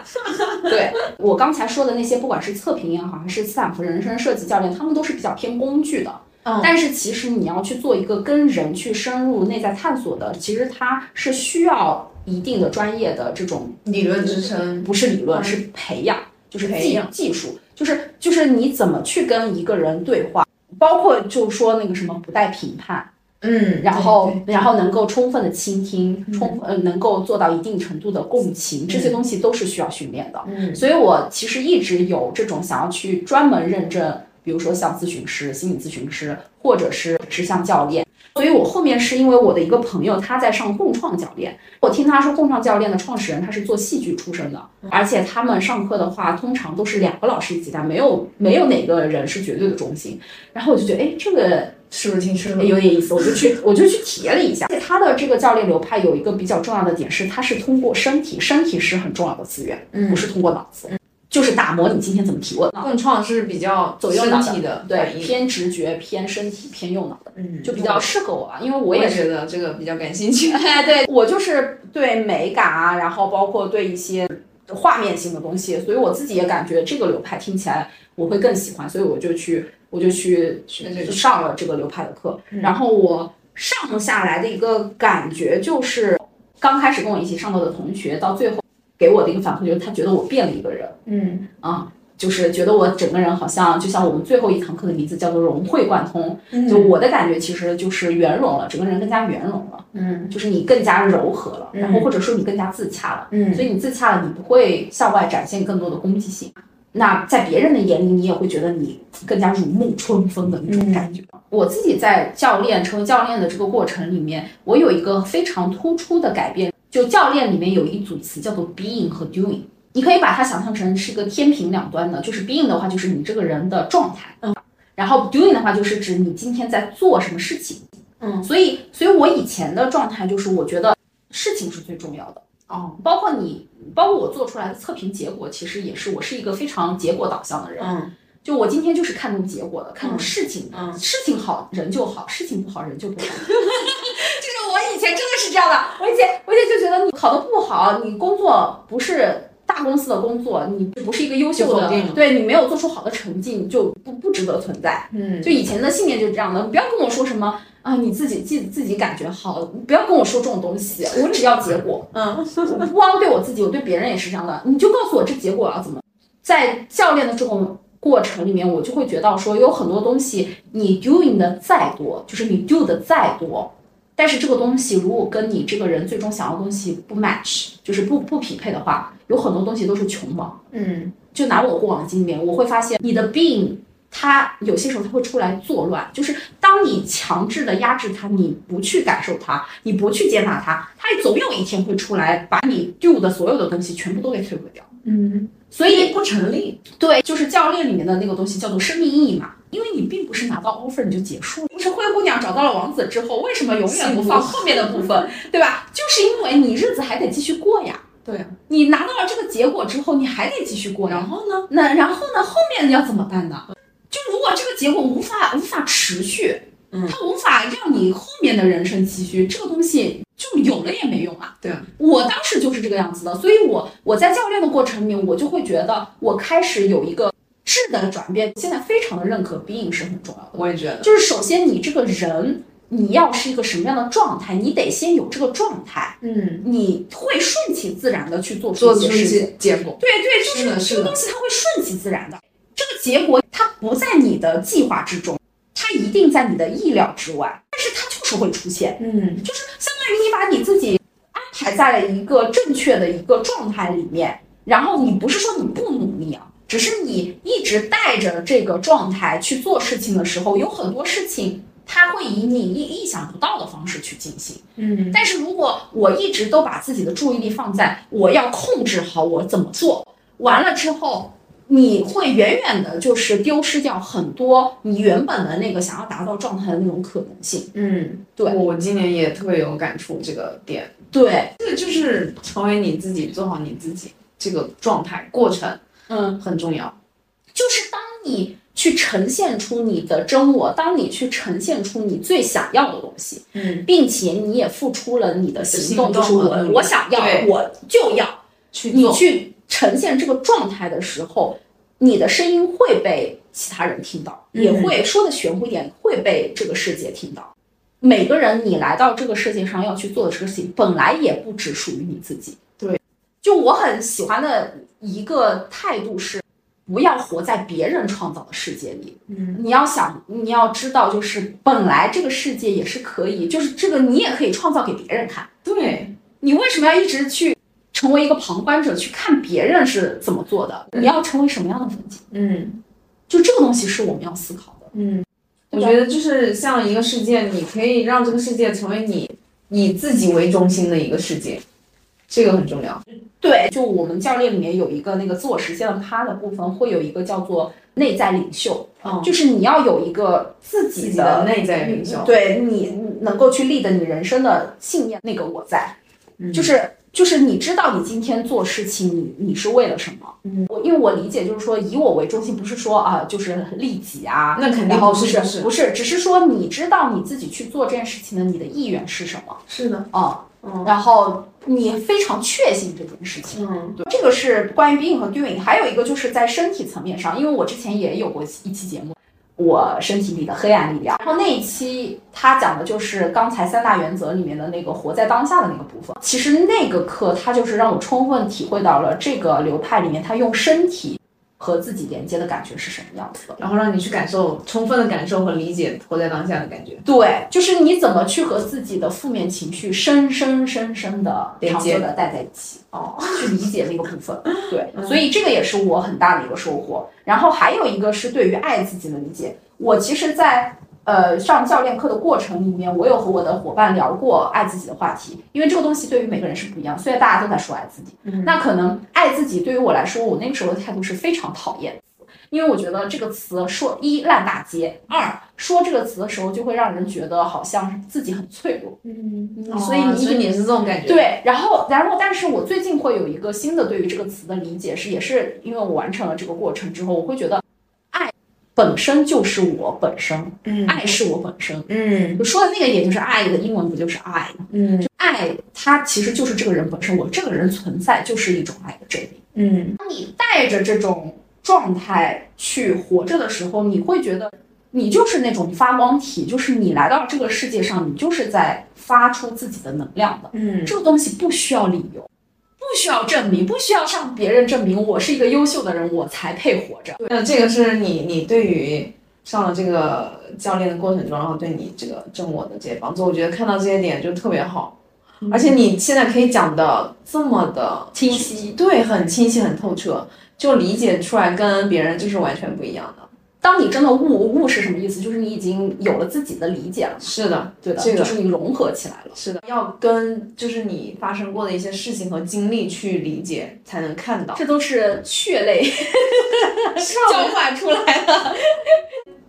[SPEAKER 5] 对我刚才说的那些，不管是测评也好，还是斯坦福人生设计教练，他们都是比较偏工具的。
[SPEAKER 9] 嗯
[SPEAKER 5] 但是其实你要去做一个跟人去深入内在探索的，其实它是需要一定的专业的这种
[SPEAKER 9] 理论支撑。
[SPEAKER 5] 不是理论，
[SPEAKER 9] 嗯
[SPEAKER 5] 是培养，就是
[SPEAKER 9] 培
[SPEAKER 5] 技
[SPEAKER 9] 养
[SPEAKER 5] 技术，就是就是你怎么去跟一个人对话，包括就说那个什么不带评判，
[SPEAKER 9] 嗯
[SPEAKER 5] 然后然后能够充分的倾听，充呃能够做到一定程度的共情，这些东西都是需要训练的。
[SPEAKER 9] 嗯
[SPEAKER 5] 所以我其实一直有这种想要去专门认证，比如说像咨询师、心理咨询师，或者是指向教练。所以我后面是因为我的一个朋友他在上共创教练，我听他说共创教练的创始人他是做戏剧出身的，而且他们上课的话通常都是两个老师一起带，没有没有哪个人是绝对的中心。然后我就觉得，哎，这个
[SPEAKER 9] 是不是挺适合
[SPEAKER 5] 哎？有点意思，我就去我就去体验了一下。而且他的这个教练流派有一个比较重要的点是，他是通过身体，身体是很重要的资源，
[SPEAKER 9] 嗯
[SPEAKER 5] 不是通过脑子，就是打磨你今天怎么提问。
[SPEAKER 9] 共创是比较
[SPEAKER 5] 左右脑
[SPEAKER 9] 身
[SPEAKER 5] 的
[SPEAKER 9] 体的
[SPEAKER 5] 对，
[SPEAKER 9] 反应，
[SPEAKER 5] 偏直觉、偏身体、偏右脑的，
[SPEAKER 9] 嗯
[SPEAKER 5] 就比较适合我吧，因为
[SPEAKER 9] 我
[SPEAKER 5] 我
[SPEAKER 9] 也
[SPEAKER 5] 也是，
[SPEAKER 9] 觉得这个比较感兴趣。
[SPEAKER 5] 哎，对我就是对美感啊，然后包括对一些画面性的东西，所以我自己也感觉这个流派听起来我会更喜欢，所以我就去我就去
[SPEAKER 9] 学这个
[SPEAKER 5] 上了这个流派的课，然后我上下来的一个感觉就是，刚开始跟我一起上课的同学，到最后给我的一个反馈就是，他觉得我变了一个人
[SPEAKER 9] 嗯，
[SPEAKER 5] 啊，就是觉得我整个人好像就像我们最后一堂课的名字叫做融会贯通，就
[SPEAKER 9] 嗯
[SPEAKER 5] 我的感觉其实就是圆融了，整个人更加圆融了，
[SPEAKER 9] 嗯
[SPEAKER 5] 就是你更加柔和了，然后
[SPEAKER 9] 嗯
[SPEAKER 5] 或者说你更加自洽了。
[SPEAKER 9] 嗯
[SPEAKER 5] 所以你自洽了，你不会向外展现更多的攻击性。那在别人的眼里，你也会觉得你更加如沐春风的那种感觉。我自己在教练成为教练的这个过程里面，我有一个非常突出的改变，就教练里面有一组词叫做 being 和 doing，你可以把它想象成是一个天平两端的，就是 being 的话就是你这个人的状态，嗯，然后 doing 的话就是指你今天在做什么事情，
[SPEAKER 9] 嗯
[SPEAKER 5] 所以，所以我以前的状态就是我觉得事情是最重要的。
[SPEAKER 9] 哦，
[SPEAKER 5] 包括你，包括我做出来的测评结果，其实也是我是一个非常结果导向的人。
[SPEAKER 9] 嗯
[SPEAKER 5] 就我今天就是看重结果的，看重事情的，
[SPEAKER 9] 嗯
[SPEAKER 5] 事情好人就好，事情不好人就不好。就是我以前真的是这样的，我以前我以前就觉得你考得不好，你工作不是大大公司的工作，你不是一个优秀
[SPEAKER 9] 就
[SPEAKER 5] 的
[SPEAKER 9] 否定了，
[SPEAKER 5] 对你没有做出好的成绩，你就不不值得存在。
[SPEAKER 9] 嗯，
[SPEAKER 5] 就以前的信念就是这样的，不要跟我说什么啊，你自己自己自己感觉好，不要跟我说这种东西，我只要结果。
[SPEAKER 9] 嗯，
[SPEAKER 5] 我不光对我自己，我对别人也是这样的。你就告诉我这结果要怎么，在教练的这种过程里面，我就会觉到说，有很多东西你 doing 的再多，就是你 do 的再多，但是这个东西如果跟你这个人最终想要的东西不 match，就是不不匹配的话，有很多东西都是穷忙。
[SPEAKER 9] 嗯，
[SPEAKER 5] 就拿我过往的经验，我会发现你的 being。它有些时候它会出来作乱，就是当你强制的压制它，你不去感受它，你不去接纳它，它总有一天会出来把你 do 的所有的东西全部都给摧毁掉。
[SPEAKER 9] 嗯，
[SPEAKER 5] 所以
[SPEAKER 9] 不成立，
[SPEAKER 5] 对，就是教练里面的那个东西叫做生命意义嘛，因为你并不是拿到 offer 你就结束了，不是灰姑娘找到了王子之后，为什么永远不放后面的部分，对吧？就是因为你日子还得继续过呀。
[SPEAKER 9] 对啊，
[SPEAKER 5] 你拿到了这个结果之后，你还得继续过呀，然后呢？那然后呢？后面要怎么办呢？就如果这个结果无法无法持续，
[SPEAKER 9] 嗯
[SPEAKER 5] 它无法让你后面的人生继续，这个东西就有了也没用啊。
[SPEAKER 9] 对啊，
[SPEAKER 5] 我当时就是这个样子的，所以我我在教练的过程里面，我就会觉得我开始有一个质的转变，现在非常的认可 being 是很重要的。
[SPEAKER 9] 我也觉得，
[SPEAKER 5] 就是首先你这个人，你要是一个什么样的状态，你得先有这个状态，
[SPEAKER 9] 嗯，
[SPEAKER 5] 你会顺其自然的去做
[SPEAKER 9] 做
[SPEAKER 5] 出一
[SPEAKER 9] 出
[SPEAKER 5] 些
[SPEAKER 9] 一
[SPEAKER 5] 事情。
[SPEAKER 9] 些结果，
[SPEAKER 5] 对对，就是
[SPEAKER 9] 的
[SPEAKER 5] 这
[SPEAKER 9] 是
[SPEAKER 5] 个
[SPEAKER 9] 的
[SPEAKER 5] 东西它会顺其自然的。这个结果它不在你的计划之中，它一定在你的意料之外，但是它就是会出现。
[SPEAKER 9] 嗯，
[SPEAKER 5] 就是相当于你把你自己安排在了一个正确的一个状态里面，然后你不是说你不努力啊，只是你一直带着这个状态去做事情的时候，有很多事情它会以你意意想不到的方式去进行。
[SPEAKER 9] 嗯，
[SPEAKER 5] 但是如果我一直都把自己的注意力放在我要控制好我怎么做，完了之后，你会远远的就是丢失掉很多你原本的那个想要达到状态的那种可能性。
[SPEAKER 9] 嗯，
[SPEAKER 5] 对
[SPEAKER 9] 我今年也特别有感触这个点，
[SPEAKER 5] 对，
[SPEAKER 9] 这个就是成为你自己，做好你自己，这个状态过程
[SPEAKER 5] 嗯，
[SPEAKER 9] 很重要。
[SPEAKER 5] 就是当你去呈现出你的真我，当你去呈现出你最想要的东西，
[SPEAKER 9] 嗯，
[SPEAKER 5] 并且你也付出了你的行动，
[SPEAKER 9] 行动
[SPEAKER 5] 就是
[SPEAKER 9] 和努
[SPEAKER 5] 我
[SPEAKER 9] 力
[SPEAKER 5] 我想要
[SPEAKER 9] 对，
[SPEAKER 5] 我就要
[SPEAKER 9] 去
[SPEAKER 5] 你
[SPEAKER 9] 做
[SPEAKER 5] 去呈现这个状态的时候，你的声音会被其他人听到，
[SPEAKER 9] 嗯
[SPEAKER 5] 也会说的玄乎一点，会被这个世界听到。每个人，你来到这个世界上要去做的事情，本来也不只属于你自己。
[SPEAKER 9] 对，
[SPEAKER 5] 就我很喜欢的一个态度是，不要活在别人创造的世界里，
[SPEAKER 9] 嗯，
[SPEAKER 5] 你要想，你要知道，就是本来这个世界也是可以，就是这个你也可以创造给别人看。
[SPEAKER 9] 对，
[SPEAKER 5] 你为什么要一直去成为一个旁观者，去看别人是怎么做的？你要成为什么样的自己？
[SPEAKER 9] 嗯
[SPEAKER 5] 就这个东西是我们要思考的。
[SPEAKER 9] 嗯，我
[SPEAKER 5] 对吧
[SPEAKER 9] 觉得就是像一个世界，你可以让这个世界成为你以自己为中心的一个世界，这个很重要。
[SPEAKER 5] 对，就我们教练里面有一个那个自我实现的趴的部分，会有一个叫做内在领袖，
[SPEAKER 9] 嗯，
[SPEAKER 5] 就是你要有一个自
[SPEAKER 9] 自
[SPEAKER 5] 己
[SPEAKER 9] 己
[SPEAKER 5] 的
[SPEAKER 9] 的内在领袖，
[SPEAKER 5] 对你能够去立的你人生的信念，那个我在，
[SPEAKER 9] 嗯
[SPEAKER 5] 就是就是你知道你今天做事情，你你是为了什么？
[SPEAKER 9] 嗯，
[SPEAKER 5] 我因为我理解就是说以我为中心，不是说啊就是利己啊，
[SPEAKER 9] 那肯定
[SPEAKER 5] 然后
[SPEAKER 9] 不
[SPEAKER 5] 不
[SPEAKER 9] 是不
[SPEAKER 5] 不是，只是说你知道你自己去做这件事情的你的意愿是什么
[SPEAKER 9] 是的，
[SPEAKER 5] 啊、
[SPEAKER 9] 嗯
[SPEAKER 5] 然后你非常确信这件事情。
[SPEAKER 9] 嗯，对，
[SPEAKER 5] 这个是关于 being 和 doing，还有一个就是在身体层面上，因为我之前也有过一期节目，我身体里的黑暗力量，然后那一期他讲的就是刚才三大原则里面的那个活在当下的那个部分。其实那个课它就是让我充分体会到了这个流派里面，他用身体和自己连接的感觉是什么样子的。
[SPEAKER 9] 然后让你去感受，充分的感受和理解活在当下的感觉。
[SPEAKER 5] 对，就是你怎么去和自己的负面情绪深深深深的
[SPEAKER 9] 连
[SPEAKER 5] 长
[SPEAKER 9] 接
[SPEAKER 5] 久的待在一起，哦， 去理解那个 部分。对，
[SPEAKER 9] 嗯
[SPEAKER 5] 所以这个也是我很大的一个收获。然后还有一个是对于爱自己的理解。我其实在，呃上教练课的过程里面，我有和我的伙伴聊过爱自己的话题，因为这个东西对于每个人是不一样。虽然大家都在说爱自己，
[SPEAKER 9] 嗯
[SPEAKER 5] 那可能爱自己对于我来说，我那个时候的态度是非常讨厌。因为我觉得这个词说一烂大街，二说这个词的时候就会让人觉得好像自己很脆弱，
[SPEAKER 9] 嗯，
[SPEAKER 5] 嗯所以你一
[SPEAKER 9] 所以
[SPEAKER 5] 定
[SPEAKER 9] 你也是这种感觉，，
[SPEAKER 5] 对，然后然后，但是我最近会有一个新的对于这个词的理解，是也是因为我完成了这个过程之后，我会觉得爱本身就是我本身，
[SPEAKER 1] 嗯
[SPEAKER 5] 爱是我本身。
[SPEAKER 1] 嗯
[SPEAKER 5] 就说的那个点就是爱的英文不就是 I 吗？
[SPEAKER 1] 嗯
[SPEAKER 5] 就爱它其实就是这个人本身，我这个人存在就是一种爱的证明。
[SPEAKER 1] 嗯
[SPEAKER 5] 当你带着这种状态去活着的时候，你会觉得你就是那种发光体，就是你来到这个世界上，你就是在发出自己的能量的。
[SPEAKER 1] 嗯
[SPEAKER 5] 这个东西不需要理由，不需要证明，不需要向别人证明我是一个优秀的人，我才配活着。
[SPEAKER 4] 那这个是你你对于上了这个教练的过程中，然后对你这个正我的这些帮助，我觉得看到这些点就特别好，
[SPEAKER 5] 嗯
[SPEAKER 4] 而且你现在可以讲的这么的
[SPEAKER 5] 清晰。
[SPEAKER 4] 对，很清晰，很透彻，就理解出来跟别人就是完全不一样的。
[SPEAKER 5] 当你真的悟悟是什么意思？就是你已经有了自己的理解了，
[SPEAKER 4] 是的，
[SPEAKER 5] 对的，
[SPEAKER 4] 这个
[SPEAKER 5] 就是你融合起来了。
[SPEAKER 4] 是的，要跟就是你发生过的一些事情和经历去理解，才能看到。
[SPEAKER 5] 这都是血 泪交换出来的。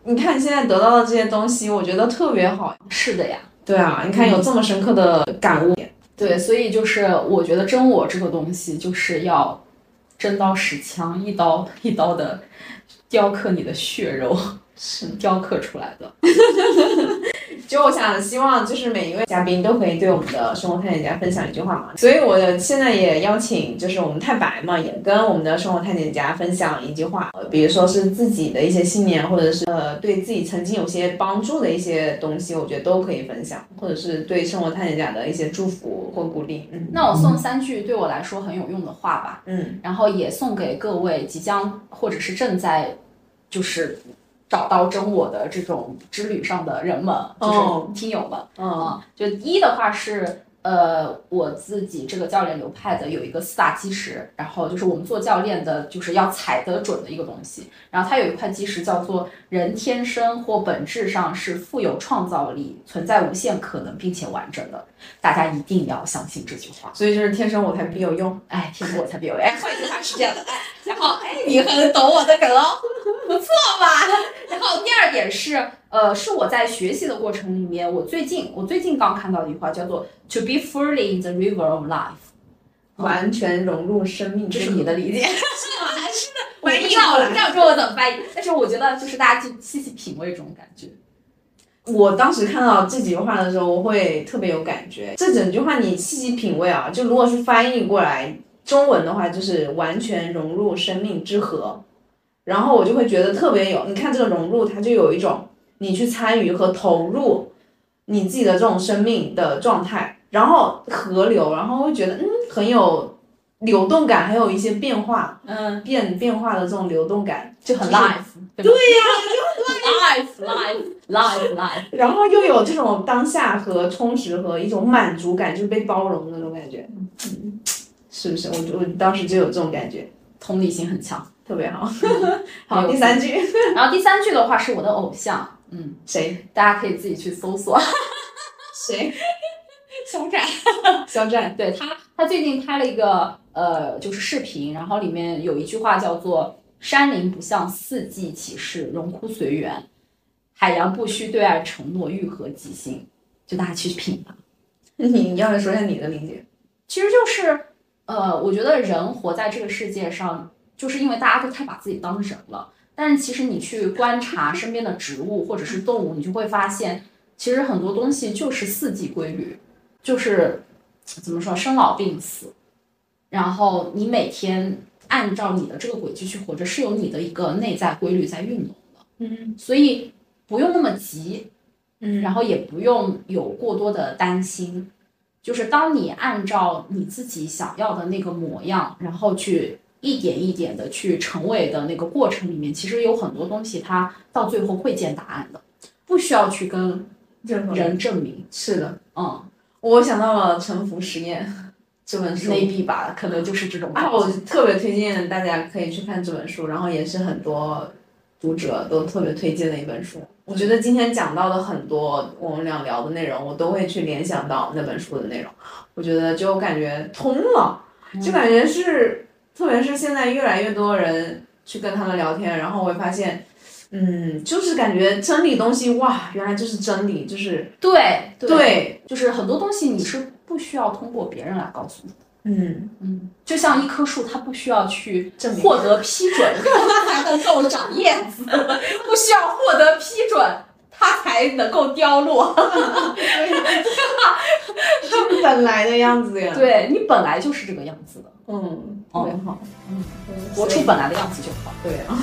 [SPEAKER 4] 你看现在得到的这些东西，我觉得特别好。
[SPEAKER 5] 是的呀，
[SPEAKER 4] 对啊，你看有这么深刻的感悟，
[SPEAKER 5] 对，所以就是我觉得真我这个东西就是要真刀实枪，一刀一刀的雕刻你的血肉，
[SPEAKER 4] 是
[SPEAKER 5] 雕刻出来的。
[SPEAKER 4] 就我想希望就是每一位嘉宾都可以对我们的生活探险家分享一句话嘛，所以我现在也邀请就是我们太白嘛，也跟我们的生活探险家分享一句话，呃比如说是自己的一些信念，或者是呃对自己曾经有些帮助的一些东西，我觉得都可以分享，或者是对生活探险家的一些祝福或鼓励。嗯
[SPEAKER 5] 那我送三句对我来说很有用的话吧，
[SPEAKER 4] 嗯
[SPEAKER 5] 然后也送给各位即将或者是正在就是找到真我的这种之旅上的人们，
[SPEAKER 4] 哦
[SPEAKER 5] 就是听友们。
[SPEAKER 4] 嗯
[SPEAKER 5] 啊，就一的话是呃我自己这个教练流派的有一个四大基石，然后就是我们做教练的就是要踩得准的一个东西，然后它有一块基石叫做人天生或本质上是富有创造力、存在无限可能并且完整的，大家一定要相信这句话。
[SPEAKER 4] 所以就是天生我材必有用。
[SPEAKER 5] 哎，听过才别有哎，换一句话是这样的，哎，然后哎，你很懂我的梗哦，不错吧？然后第二点是，呃，是我在学习的过程里面，我最近我最近刚看到的一句话叫做 “to be fully in the river of life”，
[SPEAKER 4] 完全融入生命之
[SPEAKER 5] 这
[SPEAKER 4] 流，
[SPEAKER 5] 是你的理解。我
[SPEAKER 4] 翻
[SPEAKER 5] 不
[SPEAKER 4] 译
[SPEAKER 5] 知道，
[SPEAKER 4] 过
[SPEAKER 5] 我
[SPEAKER 4] 来
[SPEAKER 5] 不知道中文怎么翻译，但是我觉得就是大家去细细品味这种感觉。
[SPEAKER 4] 我当时看到这几句话的时候，我会特别有感觉。这整句话你细细品味啊，就如果是翻译过来中文的话，就是完全融入生命之河。然后我就会觉得特别有，你看这个融入，它就有一种你去参与和投入你自己的这种生命的状态，然后河流，然后会觉得嗯很有流动感，还有一些变化，
[SPEAKER 5] 嗯，
[SPEAKER 4] 变变化的这种流动感，
[SPEAKER 5] 就很
[SPEAKER 4] 就是
[SPEAKER 5] life，对呀，life，life，life，life，
[SPEAKER 4] 然后又有这种当下和充实和一种满足感，就是被包容的那种感觉，嗯，是不是？我我当时就有这种感觉，
[SPEAKER 5] 同理心很强。
[SPEAKER 4] 特别好。
[SPEAKER 5] 没
[SPEAKER 4] 好，
[SPEAKER 5] 有
[SPEAKER 4] 第三句
[SPEAKER 5] 然后第三句的话是我的偶像，嗯，
[SPEAKER 4] 谁？
[SPEAKER 5] 大家可以自己去搜索。
[SPEAKER 4] 谁？
[SPEAKER 5] 肖战，
[SPEAKER 4] 肖战。
[SPEAKER 5] 对他，他最近拍了一个呃，就是视频，然后里面有一句话叫做“山林不像四季起势，荣枯随缘；海洋不需对岸承诺，欲合即心。”就大家去品吧。
[SPEAKER 4] 你你要不要说一下你的理解？
[SPEAKER 5] 其实就是呃，我觉得人活在这个世界上，就是因为大家都太把自己当人了。但是其实你去观察身边的植物或者是动物，你就会发现，其实很多东西就是四季规律，就是怎么说生老病死，然后你每天按照你的这个轨迹去活着，是有你的一个内在规律在运动的。嗯，所以不用那么急，嗯，然后也不用有过多的担心，就是当你按照你自己想要的那个模样，然后去一点一点的去成为的那个过程里面，其实有很多东西它到最后会见答案的，不需要去跟
[SPEAKER 4] 任何
[SPEAKER 5] 人证明。
[SPEAKER 4] 是的，
[SPEAKER 5] 嗯
[SPEAKER 4] 我想到了《沉浮实验》这本书。
[SPEAKER 5] ，maybe 吧，可能就是这 种感
[SPEAKER 4] 啊，
[SPEAKER 5] 觉。
[SPEAKER 4] 我特别推荐大家可以去看这本书，然后也是很多读者都特别推荐的一本书。我觉得今天讲到的很多我们俩聊的内容，我都会去联想到那本书的内容。我觉得就感觉通了，就感觉是，特别是现在越来越多人去跟他们聊天，然后我会发现，嗯，就是感觉真理东西哇，原来就是真理，就是
[SPEAKER 5] 对对
[SPEAKER 4] 对
[SPEAKER 5] 就是很多东西你是不需要通过别人来告诉你的，
[SPEAKER 4] 嗯，
[SPEAKER 5] 就像一棵树，它不需要去
[SPEAKER 4] 证明
[SPEAKER 5] 获得批准， 它才能够长叶子； 不需要获得批准，它才能够凋落。
[SPEAKER 4] 就是本来的样子呀。，
[SPEAKER 5] 对你本来就是这个样子的，
[SPEAKER 4] 嗯，特别好。
[SPEAKER 5] 活出本来的样子就好。
[SPEAKER 4] 对啊，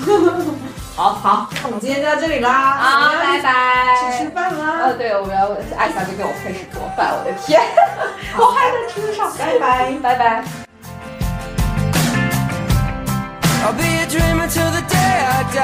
[SPEAKER 5] 好好
[SPEAKER 4] 那我们今天就到这里啦，
[SPEAKER 5] 啊，拜拜。
[SPEAKER 4] 去吃饭
[SPEAKER 5] 呃，
[SPEAKER 4] 啦，
[SPEAKER 5] 对，我们要艾莎就给我开始做饭，我的天，我还能吃得上，
[SPEAKER 4] 拜拜。
[SPEAKER 5] 拜拜。
[SPEAKER 1] I'll be a dreamer till the day I die. oh,